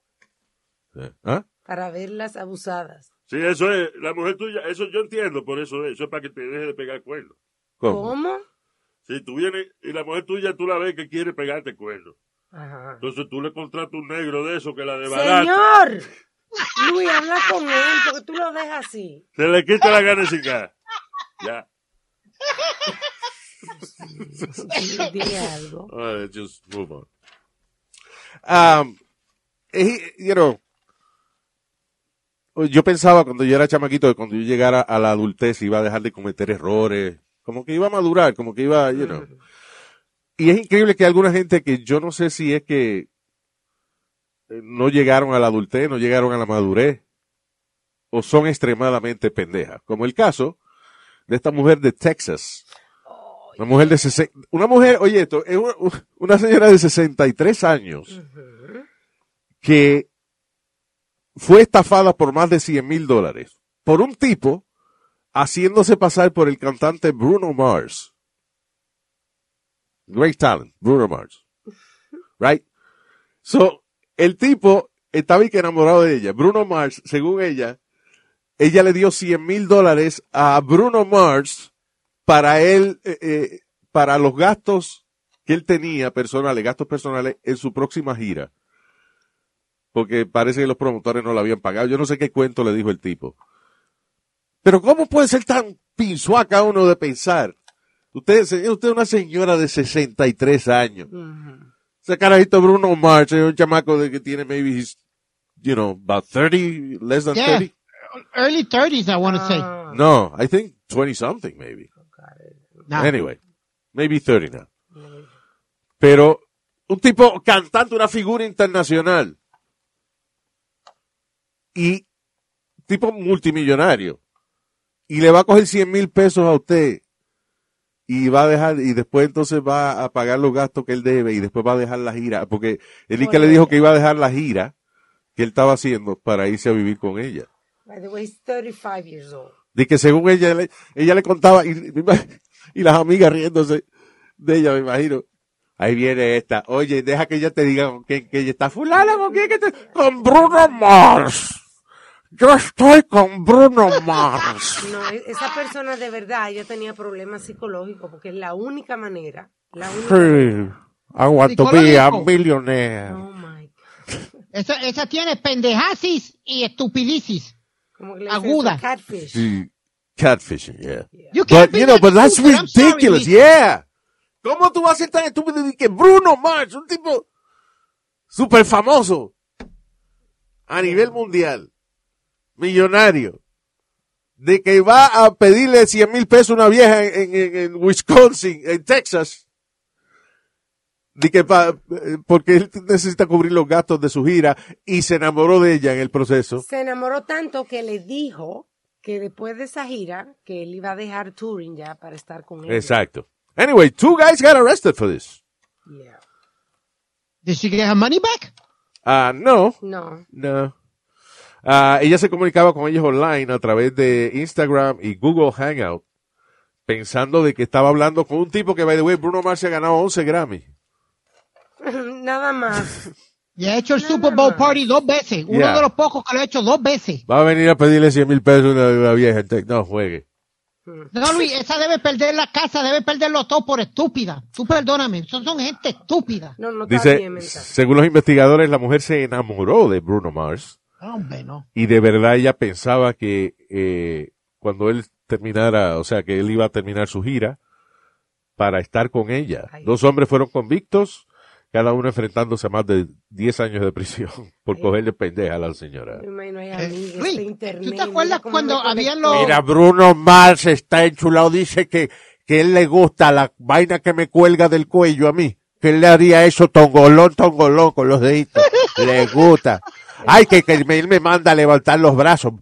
Speaker 2: Eh, ¿Ah?
Speaker 3: Para verlas abusadas.
Speaker 5: Sí, eso es, la mujer tuya, eso yo entiendo, por eso es, eso es para que te deje de pegar cuerno.
Speaker 2: ¿Cómo?
Speaker 3: ¿Cómo?
Speaker 5: Si tú vienes, y la mujer tuya, tú la ves que quiere pegarte cuerno.
Speaker 3: Ajá.
Speaker 5: Entonces tú le contratas un negro de eso que la desbarata,
Speaker 3: Señor. Luis, habla con él porque tú lo dejas así.
Speaker 5: se le quita la gana y se cae. Ya.
Speaker 3: Dile algo.
Speaker 2: All right, just move on. Um, he- you know, yo pensaba cuando yo era chamaquito que cuando yo llegara a la adultez iba a dejar de cometer errores, como que iba a madurar, como que iba, you know. Y es increíble que alguna gente que yo no sé si es que eh, no llegaron a la adultez, no llegaron a la madurez, o son extremadamente pendejas, como el caso de esta mujer de Texas. Una mujer de 60, una mujer, oye esto, es una, una señora de 63 años que fue estafada por más de 100 mil dólares por un tipo haciéndose pasar por el cantante Bruno Mars. Great talent, Bruno Mars. Right? So, el tipo estaba y que enamorado de ella. Bruno Mars, según ella, ella le dio 100 mil dólares a Bruno Mars para él, eh, eh, para los gastos que él tenía personales, gastos personales en su próxima gira. Porque parece que los promotores no la habían pagado. Yo no sé qué cuento le dijo el tipo. Pero ¿cómo puede ser tan pinzuaca uno de pensar? Usted, señor, usted es una señora de 63 años. Ese carajito Bruno Mars es un chamaco de que tiene maybe, he's, you know, about 30, less than
Speaker 4: Yeah.
Speaker 2: 30.
Speaker 4: Early 30s, I want to say.
Speaker 3: Ah,
Speaker 2: No, I think 20 something maybe.
Speaker 4: Nah.
Speaker 2: Anyway, maybe 30 now. Pero un tipo cantante, una figura internacional. Y tipo multimillonario. Y le va a coger 100 mil pesos a usted. Y va a dejar, y después entonces va a pagar los gastos que él debe y después va a dejar la gira. Porque el Ica le dijo que iba a dejar la gira que él estaba haciendo para irse a vivir con ella.
Speaker 3: By the way, he's 35 years old.
Speaker 2: De que según ella, le- ella le contaba y, y las amigas riéndose de ella, me imagino. Ahí viene esta. Oye, deja que ella te diga con quién que ella está. Fulana, ¿con quién que te...? Con Bruno Mars. Yo estoy con Bruno Mars.
Speaker 3: No, e- esa persona de verdad, ella tenía problemas psicológicos porque es la única manera. La única
Speaker 2: Sí. I want to be a
Speaker 4: Psicológico.
Speaker 2: millionaire.
Speaker 3: Oh my God.
Speaker 4: Esa, esa tiene pendejasis y estupidicis.
Speaker 3: Como que le dicen
Speaker 4: Aguda.
Speaker 3: eso, Catfish.
Speaker 2: Sí. Catfishing, yeah.
Speaker 4: You can't
Speaker 2: But,
Speaker 4: be
Speaker 2: you know,
Speaker 4: that
Speaker 2: but that's
Speaker 4: stupid. I'm sorry,
Speaker 2: ridiculous,
Speaker 4: Luis.
Speaker 2: yeah. ¿Cómo tú vas a ser tan estúpido de que Bruno Mars, un tipo súper famoso a nivel mundial, millonario, de que va a pedirle 100 mil pesos a una vieja en, en- en Wisconsin, en Texas, de que pa- eh, porque él necesita cubrir los gastos de su gira y se enamoró de ella en el proceso.
Speaker 3: Se enamoró tanto que le dijo que después de esa gira, que él iba a dejar touring ya para estar con ella.
Speaker 2: Exacto. Anyway, two guys got arrested for this.
Speaker 3: Yeah.
Speaker 4: Did she get her money back?
Speaker 2: Ah, no.
Speaker 3: No.
Speaker 2: No. Ah, ella se comunicaba con ellos online a través de Instagram y Google Hangout, pensando de que estaba hablando con un tipo que, by the way, Bruno Mars se ha ganado 11 Grammy.
Speaker 3: Nada más.
Speaker 4: Y ha hecho el Super Bowl Party dos veces. Uno
Speaker 2: Yeah.
Speaker 4: de los pocos que lo ha hecho dos veces.
Speaker 2: Va a venir a pedirle 100 mil pesos a una, una vieja. Entonces, no juegue.
Speaker 4: No, Luis, esa debe perder la casa, debe perderlo todo por estúpida. Tú perdóname, son, son gente estúpida.
Speaker 3: No, no está
Speaker 2: Dice,
Speaker 3: bien mental.
Speaker 2: según los investigadores, la mujer se enamoró de Bruno Mars
Speaker 4: Hombre, no.
Speaker 2: y de verdad ella pensaba que eh, cuando él terminara, o sea, que él iba a terminar su gira para estar con ella.
Speaker 3: Ay.
Speaker 2: Dos hombres fueron convictos, cada uno enfrentándose a más de 10 años de prisión por
Speaker 3: Ay.
Speaker 2: cogerle pendeja a la señora.
Speaker 3: Me imagino hay
Speaker 4: Eh,
Speaker 3: amigas
Speaker 4: Luis,
Speaker 3: de este internet.
Speaker 4: ¿tú te acuerdas
Speaker 3: mira cómo
Speaker 4: cuando
Speaker 3: me
Speaker 4: habían
Speaker 3: conectó.
Speaker 4: los-
Speaker 6: Mira, Bruno Mars está enchulado. Dice que, que él le gusta la vaina que me cuelga del cuello a mí. Que él le haría eso tongolón, tongolón con los deditos. Le gusta. Ay, que, que me- él me manda a levantar los brazos.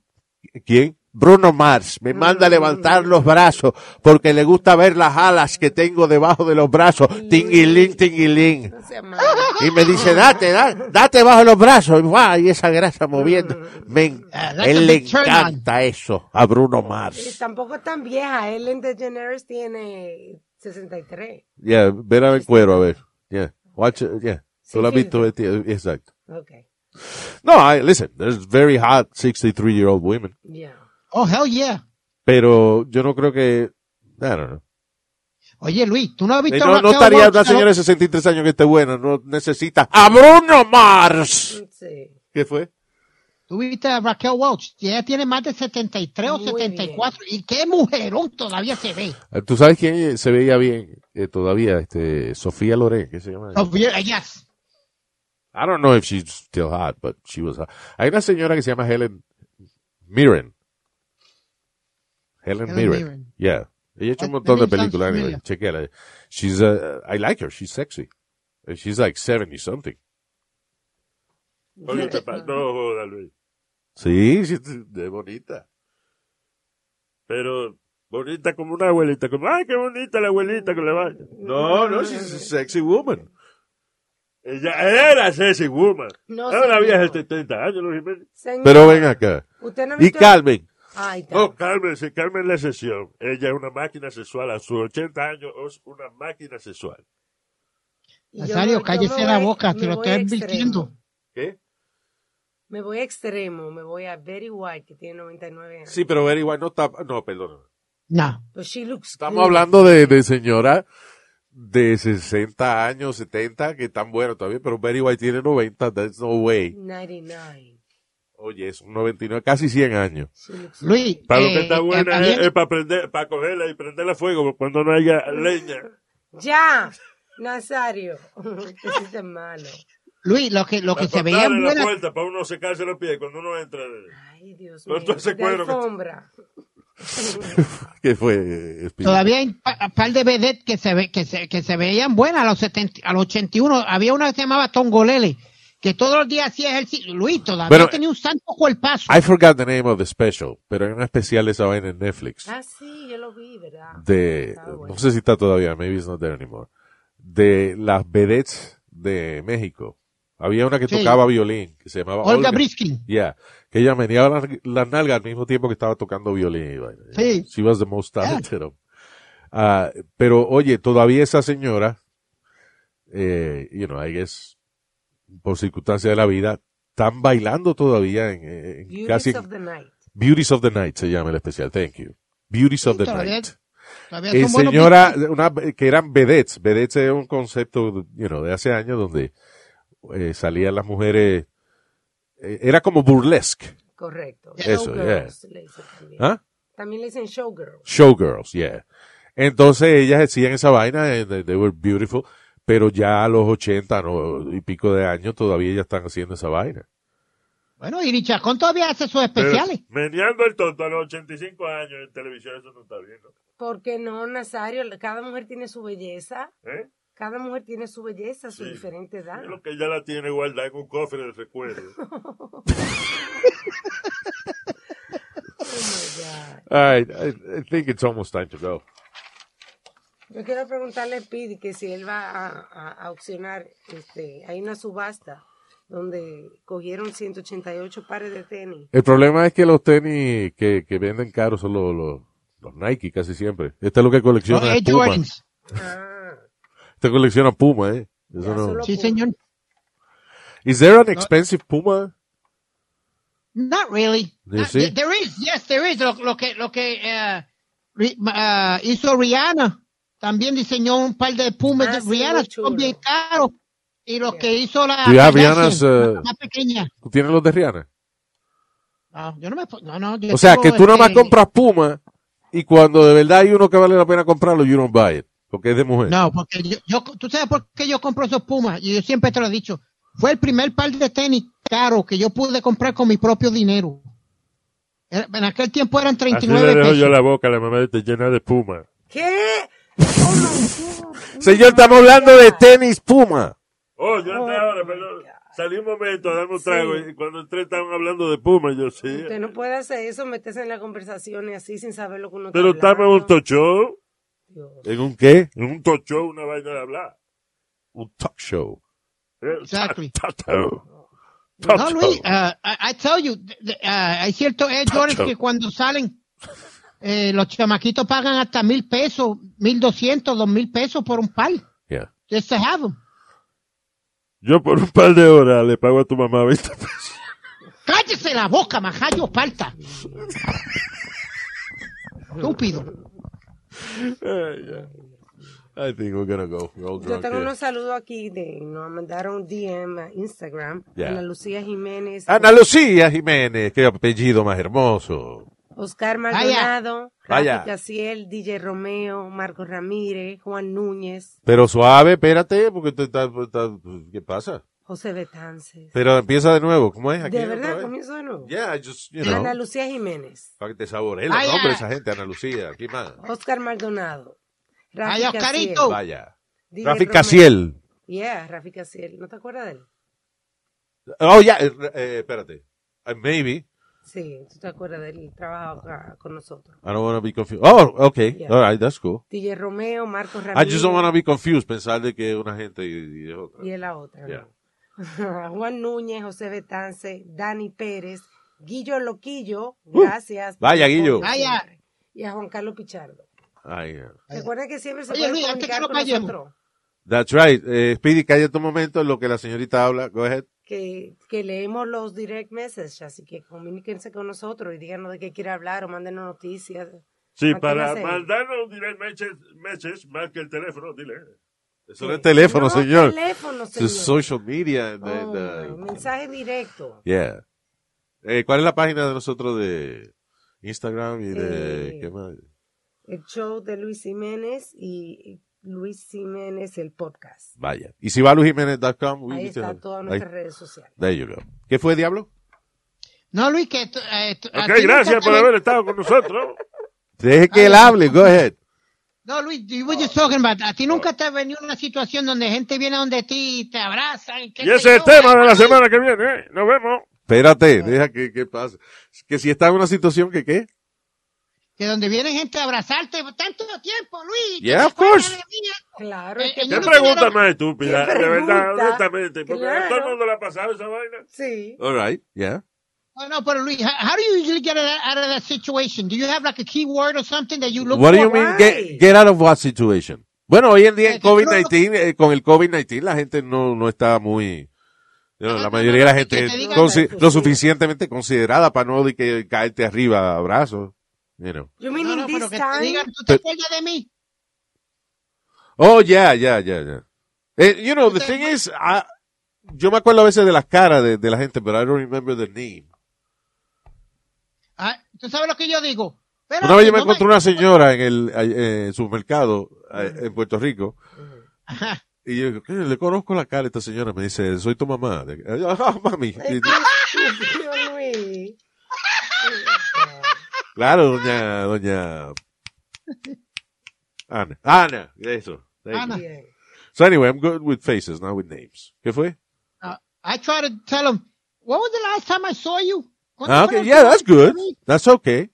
Speaker 6: ¿Quién? Bruno Mars me manda a levantar los brazos porque le gusta ver las alas que tengo debajo de los brazos. Tinguilín, tinguilín.
Speaker 3: No sea malo.
Speaker 6: Y me dice, date, da- date bajo los brazos. Y, ¡guau! y esa grasa moviendo. Me en-
Speaker 2: Eh,
Speaker 4: Ah, that's a
Speaker 6: él le
Speaker 4: big turn on.
Speaker 6: encanta eso a Bruno
Speaker 2: Oh,
Speaker 3: Eh,
Speaker 6: Mars.
Speaker 3: Tampoco es tan vieja. Ellen DeGeneres tiene 63.
Speaker 2: Yeah, ver a ver cuero, a ver. Yeah, watch, it, yeah. Tú la has
Speaker 3: Sí,
Speaker 2: visto, vestida- exacto.
Speaker 3: Ok.
Speaker 2: No, I, listen, there's very hot 63 year old women.
Speaker 3: Yeah.
Speaker 4: Oh, hell yeah.
Speaker 2: Pero yo no creo que, I don't know. Eh,
Speaker 4: Oye, Luis, ¿tú no has visto
Speaker 2: No,
Speaker 4: a
Speaker 2: no
Speaker 4: Raquel
Speaker 2: estaría una
Speaker 4: Welch,
Speaker 2: señora de 63 años que esté buena, no necesita a Bruno Mars.
Speaker 3: Sí.
Speaker 2: ¿Qué fue?
Speaker 4: ¿Tú viste a Raquel Welch? Ella tiene más de 73 o
Speaker 3: Muy
Speaker 4: 74. ¿Y qué mujerón todavía se ve?
Speaker 2: Eh, Tú sabes quién se veía bien eh, todavía, este, Sofía Loren, ¿qué se llama?
Speaker 4: Oh, yeah, yes.
Speaker 2: I don't know if she's still hot, but she was hot. Hay una señora que se llama Helen Mirren. Helen,
Speaker 4: Helen
Speaker 2: Mirren.
Speaker 4: Mirren.
Speaker 2: Yeah. Ella ha hecho
Speaker 4: That-
Speaker 2: un montón
Speaker 4: that
Speaker 2: de
Speaker 4: name sounds
Speaker 2: películas. Anyway.
Speaker 4: familiar.
Speaker 2: Chequéala. She's, uh, I like her. She's sexy. And She's like 70 something.
Speaker 5: Oye, te pa- no joda, Luis.
Speaker 2: Sí, sí, de bonita.
Speaker 5: Pero bonita como una abuelita. Como, ay, qué bonita la abuelita que le va.
Speaker 2: No, no, she's a sexy woman.
Speaker 5: Ella era sexy woman.
Speaker 3: No,
Speaker 5: Era una
Speaker 3: señor.
Speaker 5: vieja de 70 años, Luis Jiménez.
Speaker 3: Señor,
Speaker 2: Pero ven acá.
Speaker 3: Usted no ha
Speaker 2: Y Oh.
Speaker 3: visto-
Speaker 2: Calvin.
Speaker 3: Ay, está.
Speaker 5: No, cálmense, calmen la sesión. Ella es una máquina sexual. A sus 80 años es una máquina sexual.
Speaker 3: Y yo
Speaker 4: Nazario,
Speaker 3: me- yo
Speaker 4: cállese
Speaker 3: me
Speaker 4: la
Speaker 3: voy-
Speaker 4: boca,
Speaker 3: me
Speaker 4: te lo
Speaker 3: voy
Speaker 4: estoy
Speaker 3: a
Speaker 4: advirtiendo.
Speaker 3: extremo.
Speaker 2: ¿Qué?
Speaker 3: Me voy a extremo, me voy a Betty White, que tiene 99 años.
Speaker 2: Sí, pero very White no está... No, perdón.
Speaker 4: No.
Speaker 3: But she looks
Speaker 2: Estamos
Speaker 3: good.
Speaker 2: hablando de, de señora de 60 años, 70, que están buenas todavía, pero Betty White tiene 90, there's no way.
Speaker 3: 99.
Speaker 2: Oye, es un 99, casi 100 años.
Speaker 3: She looks
Speaker 4: Luis.
Speaker 5: Para lo
Speaker 4: eh,
Speaker 5: que Eh, está buena
Speaker 4: eh,
Speaker 5: es,
Speaker 4: habiendo-
Speaker 5: es para, prender, para cogerla y prenderla a fuego cuando no haya leña.
Speaker 3: good. Ya, Nazario. Te hiciste malo.
Speaker 4: Luis, lo que, lo que
Speaker 5: Para
Speaker 4: se veía
Speaker 5: cortarle la
Speaker 4: buena.
Speaker 5: puerta para uno secarse los pies cuando uno entra.
Speaker 3: Ay, Dios
Speaker 5: No,
Speaker 3: mío.
Speaker 5: tú ese
Speaker 3: de
Speaker 5: cuero que-
Speaker 3: alfombra.
Speaker 2: ¿Qué fue? eh, Espino?
Speaker 4: Todavía hay un pa- par de vedettes que se, ve, que se, que se veían buenas a los, 70, a los 81. Había una que se llamaba Tongolele, que todos los días hacía ejercicio. Luis, todavía
Speaker 2: Bueno,
Speaker 4: tenía un santo cuerpazo.
Speaker 2: I forgot the name of the special, pero hay una especial de esa vaina en Netflix.
Speaker 3: Ah, sí, yo lo vi, ¿verdad?
Speaker 2: De,
Speaker 3: Está bueno.
Speaker 2: no sé si está todavía, maybe it's not there anymore. De las vedettes de México. Había una que
Speaker 4: Sí.
Speaker 2: tocaba violín, que se llamaba
Speaker 4: Olga Briskin.
Speaker 2: Yeah, que ella meneaba las, las nalgas al mismo tiempo que estaba tocando violín. y vaina.
Speaker 4: Sí.
Speaker 2: She was the most talented. of- 'em. Ah, pero oye, todavía esa señora, eh, you know, I guess, por circunstancias de la vida, están bailando todavía en, en- en
Speaker 3: Beauties
Speaker 2: casi
Speaker 3: of the Night.
Speaker 2: Beauties of the Night se llama el especial. Thank you. Beauties of the
Speaker 4: todavía-
Speaker 2: Night.
Speaker 4: Todavía
Speaker 2: Eh,
Speaker 4: son buenos
Speaker 2: señora, una, que eran vedettes. Vedettes es un concepto you know, de hace años donde eh, salían las mujeres. eh, era como burlesque.
Speaker 3: Correcto.
Speaker 2: Eso,
Speaker 3: Showgirls le dicen también.
Speaker 2: ¿Ah?
Speaker 3: También le dicen showgirl.
Speaker 2: Showgirls, yeah. Entonces ellas hacían esa vaina, eh, they, they were beautiful, pero ya a los 80 no, y pico de años todavía ellas están haciendo esa vaina.
Speaker 4: Bueno, y Chacón todavía hace sus
Speaker 5: Pero
Speaker 4: especiales.
Speaker 5: Meneando el tonto a los 85 años en televisión, eso no está bien, ¿no?
Speaker 3: Porque no, Nazario, cada mujer tiene su belleza.
Speaker 5: ¿Eh?
Speaker 3: Cada mujer tiene su belleza, su
Speaker 5: Sí.
Speaker 3: diferente edad.
Speaker 5: Es lo que ya la tiene guardada en un cofre de recuerdo.
Speaker 2: I, I- I think it's almost time to go.
Speaker 3: Yo quiero preguntarle a Pidi que si él va a, a- a auccionar. Este, hay una subasta donde cogieron 188 pares de tenis.
Speaker 2: El problema es que los tenis que, que venden caros son los, los, los Nike casi siempre. Este es lo que
Speaker 4: Los
Speaker 2: colecciona
Speaker 4: Air
Speaker 2: Puma.
Speaker 4: Jordans.
Speaker 3: Ah,
Speaker 2: Este colecciona Puma, eh. Eso
Speaker 3: Ya
Speaker 2: no.
Speaker 3: solo-
Speaker 4: Sí, señor.
Speaker 2: Is there an expensive Puma?
Speaker 4: Not really.
Speaker 2: You
Speaker 4: Not-
Speaker 2: see?
Speaker 4: there is, yes, there is. Lo, lo que, lo que, eh, Ri- ah, hizo Rihanna. También diseñó un par de pumas
Speaker 3: Ah,
Speaker 4: de
Speaker 3: sí,
Speaker 4: Rihanna,
Speaker 3: muy chulo.
Speaker 4: son bien caros. Y los que hizo la,
Speaker 7: Sí, ah,
Speaker 4: Kardashian,
Speaker 7: Rihanna's, eh,
Speaker 4: la más pequeña.
Speaker 7: ¿Tú tienes los de Rihanna?
Speaker 4: No, yo no me po- no, no, yo
Speaker 7: O sea,
Speaker 4: tengo,
Speaker 7: que tú nada más
Speaker 4: este,
Speaker 7: compras Puma y cuando de verdad hay uno que vale la pena comprarlo, you don't buy it. Porque es de
Speaker 2: pues.
Speaker 7: mujer.
Speaker 4: No, porque yo, yo- tú sabes por qué yo compro esos Pumas, y yo siempre te lo he dicho, fue el primer par de tenis caro que yo pude comprar con mi propio dinero. Era- En aquel tiempo eran
Speaker 5: Así le
Speaker 4: 39
Speaker 5: dejo
Speaker 4: pesos.
Speaker 5: yo la boca a la mamá de te llena de puma.
Speaker 3: ¿Qué? Oh, my God.
Speaker 2: Señor, estamos hablando de tenis Puma.
Speaker 5: Oh, yo entré ahora, perdón. Salí un momento a darme un trago
Speaker 3: Sí.
Speaker 5: y cuando entré estaban hablando de puma. Yo sí.
Speaker 3: Usted no puede hacer eso, meterse en la conversación y así sin saber lo que uno
Speaker 5: Pero
Speaker 3: está
Speaker 5: estamos en un
Speaker 3: hablando.
Speaker 5: tocho.
Speaker 3: Dios.
Speaker 7: ¿En un qué?
Speaker 5: En un tocho, una vaina de hablar.
Speaker 7: Un talk show.
Speaker 5: Eh,
Speaker 4: Exactly.
Speaker 5: ta- Tacho.
Speaker 4: No,
Speaker 5: Tacho.
Speaker 4: Luis, ah, I, I tell you, th- th- ah, hay ciertos Air Jordans
Speaker 5: Tacho.
Speaker 4: que cuando salen, eh, los chamaquitos pagan hasta mil pesos, mil doscientos, dos mil pesos por un par.
Speaker 7: Yeah.
Speaker 4: Just to have 'em.
Speaker 5: Yo por un par de horas le pago a tu mamá 20 pesos.
Speaker 4: ¡Cállese la boca, majayo palta! Estúpido.
Speaker 7: I think we're gonna go. We're all
Speaker 3: Yo
Speaker 7: drunk
Speaker 3: tengo
Speaker 7: here.
Speaker 3: unos saludos aquí, de, nos mandaron DM a Instagram,
Speaker 7: Ya.
Speaker 3: Ana Lucía Jiménez,
Speaker 2: Ana Lucía Jiménez, qué apellido más hermoso.
Speaker 3: Oscar
Speaker 4: Vaya.
Speaker 3: Maldonado,
Speaker 2: Vaya.
Speaker 3: Rafi Casiel, DJ Romeo, Marco Ramírez, Juan Núñez,
Speaker 2: Pero suave, espérate, porque usted está, pues, está- ¿qué pasa?
Speaker 3: José Betances.
Speaker 2: Pero empieza de nuevo, ¿cómo es? Aquí
Speaker 3: De
Speaker 2: otra
Speaker 3: verdad,
Speaker 2: vez.
Speaker 3: comienzo de nuevo.
Speaker 2: Yeah, I just, you know,
Speaker 3: Ana Lucía Jiménez,
Speaker 2: para que te saboree los
Speaker 4: Ay, ay.
Speaker 2: nombres de esa gente, Ana Lucía, ¿qué más?
Speaker 3: Oscar Maldonado, Rafi
Speaker 4: Ay,
Speaker 3: Casiel,
Speaker 4: Oscarito.
Speaker 2: Vaya.
Speaker 3: DJ
Speaker 2: Rafi
Speaker 3: Romeo.
Speaker 2: Casiel.
Speaker 3: Yeah, Rafi Casiel. ¿No te acuerdas de él?
Speaker 2: Oh, ya, eh, eh, espérate. Eh, maybe.
Speaker 3: Sí, tú te acuerdas de él, él trabajaba acá con nosotros.
Speaker 2: I don't want to be confused. Oh, okay.
Speaker 3: Yeah.
Speaker 2: All right, that's cool.
Speaker 3: DJ Romeo, Marcos
Speaker 2: I
Speaker 3: Ramírez
Speaker 2: just don't want to be confused, pensar de que es una gente y, y es otra.
Speaker 3: y es la otra.
Speaker 2: Yeah.
Speaker 3: ¿no? Juan Núñez, José Betance, Dani Pérez, Guillo Loquillo, gracias. por
Speaker 2: Uh. vaya,
Speaker 3: el
Speaker 2: Guillo.
Speaker 3: apoyo
Speaker 4: Vaya.
Speaker 3: siempre. Y a Juan Carlos Pichardo.
Speaker 2: Ay, eh.
Speaker 3: Recuerda que siempre se
Speaker 4: Oye,
Speaker 3: puede
Speaker 4: Luis, antes
Speaker 3: comunicar
Speaker 4: que nos
Speaker 3: con
Speaker 4: vayamos.
Speaker 3: nosotros.
Speaker 2: That's right. Eh, Speedy, cállate un momento en lo que la señorita habla. Go ahead.
Speaker 3: Que, que leemos los direct messages, así que comuníquense con nosotros y díganos de qué quiere hablar o mándenos noticias.
Speaker 5: Sí,
Speaker 3: Manténgase
Speaker 5: para
Speaker 3: ahí.
Speaker 5: mandarnos un direct message, message, marca el teléfono, dile.
Speaker 2: Eso no es teléfono,
Speaker 3: No,
Speaker 2: señor.
Speaker 3: teléfono,
Speaker 2: It's the
Speaker 3: señor.
Speaker 2: social media. and the-
Speaker 3: Oh,
Speaker 2: the-
Speaker 3: my, mensaje directo.
Speaker 2: yeah. Eh, ¿Cuál es la página de nosotros de Instagram y de
Speaker 3: Eh.
Speaker 2: qué más?
Speaker 3: El show de Luis Jiménez y Luis Jiménez el podcast.
Speaker 2: Vaya. Y si va a luisjiménez.com, we-
Speaker 3: Ahí
Speaker 2: we
Speaker 3: está
Speaker 2: can-
Speaker 3: todas
Speaker 2: ahí-
Speaker 3: nuestras redes sociales.
Speaker 2: There you go. ¿Qué fue, Diablo?
Speaker 4: No, Luis, que... tú- eh, tú-
Speaker 3: Ah,
Speaker 4: a ti
Speaker 5: Ok,
Speaker 4: nunca
Speaker 5: gracias
Speaker 4: te
Speaker 5: por
Speaker 4: le-
Speaker 5: haber estado con nosotros.
Speaker 2: Deje que
Speaker 4: Ay,
Speaker 2: él hable. Go ahead.
Speaker 4: No, Luis, you were just talking about- a ti
Speaker 5: Ah.
Speaker 4: nunca te ha venido una situación donde gente viene donde ti y te abraza. Y, qué
Speaker 5: Y
Speaker 4: sé
Speaker 5: ese es el
Speaker 4: yo? eh,
Speaker 5: tema de la semana que viene. ¿eh? Nos vemos.
Speaker 2: Espérate, deja que, que pase. Que si está en una situación que qué.
Speaker 4: Que donde viene gente a abrazarte por tanto tiempo, Luis. que
Speaker 2: Yeah,
Speaker 4: te
Speaker 2: of course.
Speaker 4: acuerdas de mí, eh.
Speaker 3: Claro,
Speaker 4: Eh,
Speaker 3: es que
Speaker 4: eh,
Speaker 5: ¿Qué
Speaker 4: Yo no
Speaker 5: pregunta
Speaker 4: quiero-
Speaker 5: más estúpida?
Speaker 3: ¿Qué
Speaker 5: De verdad,
Speaker 3: pregunta?
Speaker 5: honestamente. Porque
Speaker 3: Claro.
Speaker 5: a todo el mundo le ha pasado esa vaina.
Speaker 3: sí.
Speaker 2: All right. Yeah.
Speaker 4: No, no, pero Luis, how, how do you usually get out of that situation? Do you have like a keyword or something that you look
Speaker 2: What do
Speaker 4: for?
Speaker 2: you mean
Speaker 3: why?
Speaker 2: get, get out of what situation? Bueno, hoy en día en
Speaker 4: Eh, yo creo-
Speaker 2: COVID-19, eh, con el COVID-19 la gente no, no está muy... you know,
Speaker 4: No,
Speaker 2: la
Speaker 4: no,
Speaker 2: mayoría
Speaker 4: no,
Speaker 2: de la
Speaker 4: que
Speaker 2: gente
Speaker 4: te
Speaker 2: es
Speaker 4: digan
Speaker 2: consi-
Speaker 3: eso,
Speaker 2: lo
Speaker 3: sí.
Speaker 2: suficientemente considerada para no de que caerte arriba a brazos. You know.
Speaker 3: You mean
Speaker 4: No,
Speaker 3: in
Speaker 4: no, pero
Speaker 3: this
Speaker 4: que te
Speaker 3: time?
Speaker 4: digan, ¿tú te acuerdas de mí?
Speaker 2: Oh, yeah, yeah, yeah, yeah. Eh, you know, the thing is, I- yo me acuerdo a veces de las caras de, de la gente, pero I don't remember the name.
Speaker 4: Ah, ¿Tú sabes lo que yo digo? Espérate,
Speaker 2: Una vez yo me
Speaker 4: no
Speaker 2: encontré una señora en el eh, eh, supermercado eh, en Puerto Rico.
Speaker 4: Ajá.
Speaker 2: Y yo digo, "¿Qué? le conozco la cara a esta señora. Me dice, soy tu mamá. De- Ah, ah, mami. Y-
Speaker 3: Dios, Luis.
Speaker 2: claro, doña, doña. Ana. Ana, eso. Thank you.
Speaker 4: Ana.
Speaker 3: Bien.
Speaker 2: So anyway, I'm good with faces, not with names. ¿Qué fue?
Speaker 4: Uh, I try to tell him, when was the last time I saw you? When
Speaker 2: Ah,
Speaker 4: was
Speaker 2: okay,
Speaker 4: the last
Speaker 2: yeah,
Speaker 4: time I
Speaker 2: that's
Speaker 4: saw
Speaker 2: good.
Speaker 4: you?
Speaker 2: That's okay.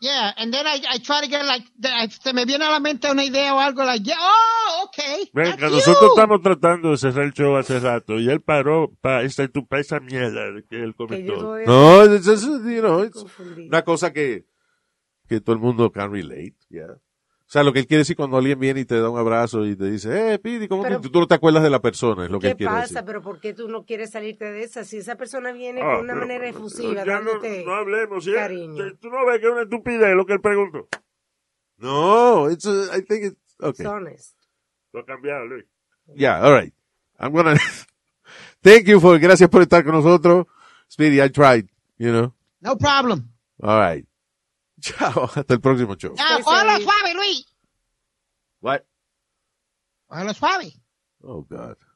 Speaker 4: Yeah, and then I, I try to get like, the- I- se me viene a la mente una idea o algo, like, yeah, oh, okay.
Speaker 5: Venga,
Speaker 4: that's
Speaker 5: nosotros
Speaker 4: you.
Speaker 5: estamos tratando de cerrar el show hace rato. Y él paró para esta estúpida esa mierda de que él
Speaker 3: Que yo
Speaker 5: comentó.
Speaker 3: todavía
Speaker 2: No, it's just, you know, it's
Speaker 3: confundí.
Speaker 2: una cosa que, que todo el mundo can relate, yeah. O sea, lo que él quiere decir cuando alguien viene y te da un abrazo y te dice, eh, Pidi, ¿cómo
Speaker 3: Pero-
Speaker 2: que tú no te acuerdas de la persona? Es lo que
Speaker 3: ¿Qué
Speaker 2: él quiere
Speaker 3: pasa? Pues
Speaker 2: decir.
Speaker 3: ¿Pero por qué tú no quieres salirte de esa? Si esa persona viene
Speaker 5: Ah,
Speaker 3: con una
Speaker 5: pero-
Speaker 3: manera efusiva,
Speaker 5: ya no,
Speaker 3: dándote...
Speaker 5: no hablemos. ¿sí?
Speaker 3: cariño.
Speaker 5: Tú no ves que es una estupidez lo que él preguntó.
Speaker 2: No, it's uh, I think it's okay.
Speaker 3: Sones.
Speaker 5: Lo ha cambiado, Luis.
Speaker 2: Yeah, all right. I'm gonna thank you for gracias por estar con nosotros. Speedy, I tried, you know.
Speaker 4: No problem.
Speaker 2: All right. Chao, hasta el próximo show.
Speaker 4: Ah,
Speaker 3: Stay
Speaker 4: cógelo
Speaker 3: safe.
Speaker 4: suave, Luis.
Speaker 2: What?
Speaker 4: Cógelo suave.
Speaker 2: Oh God.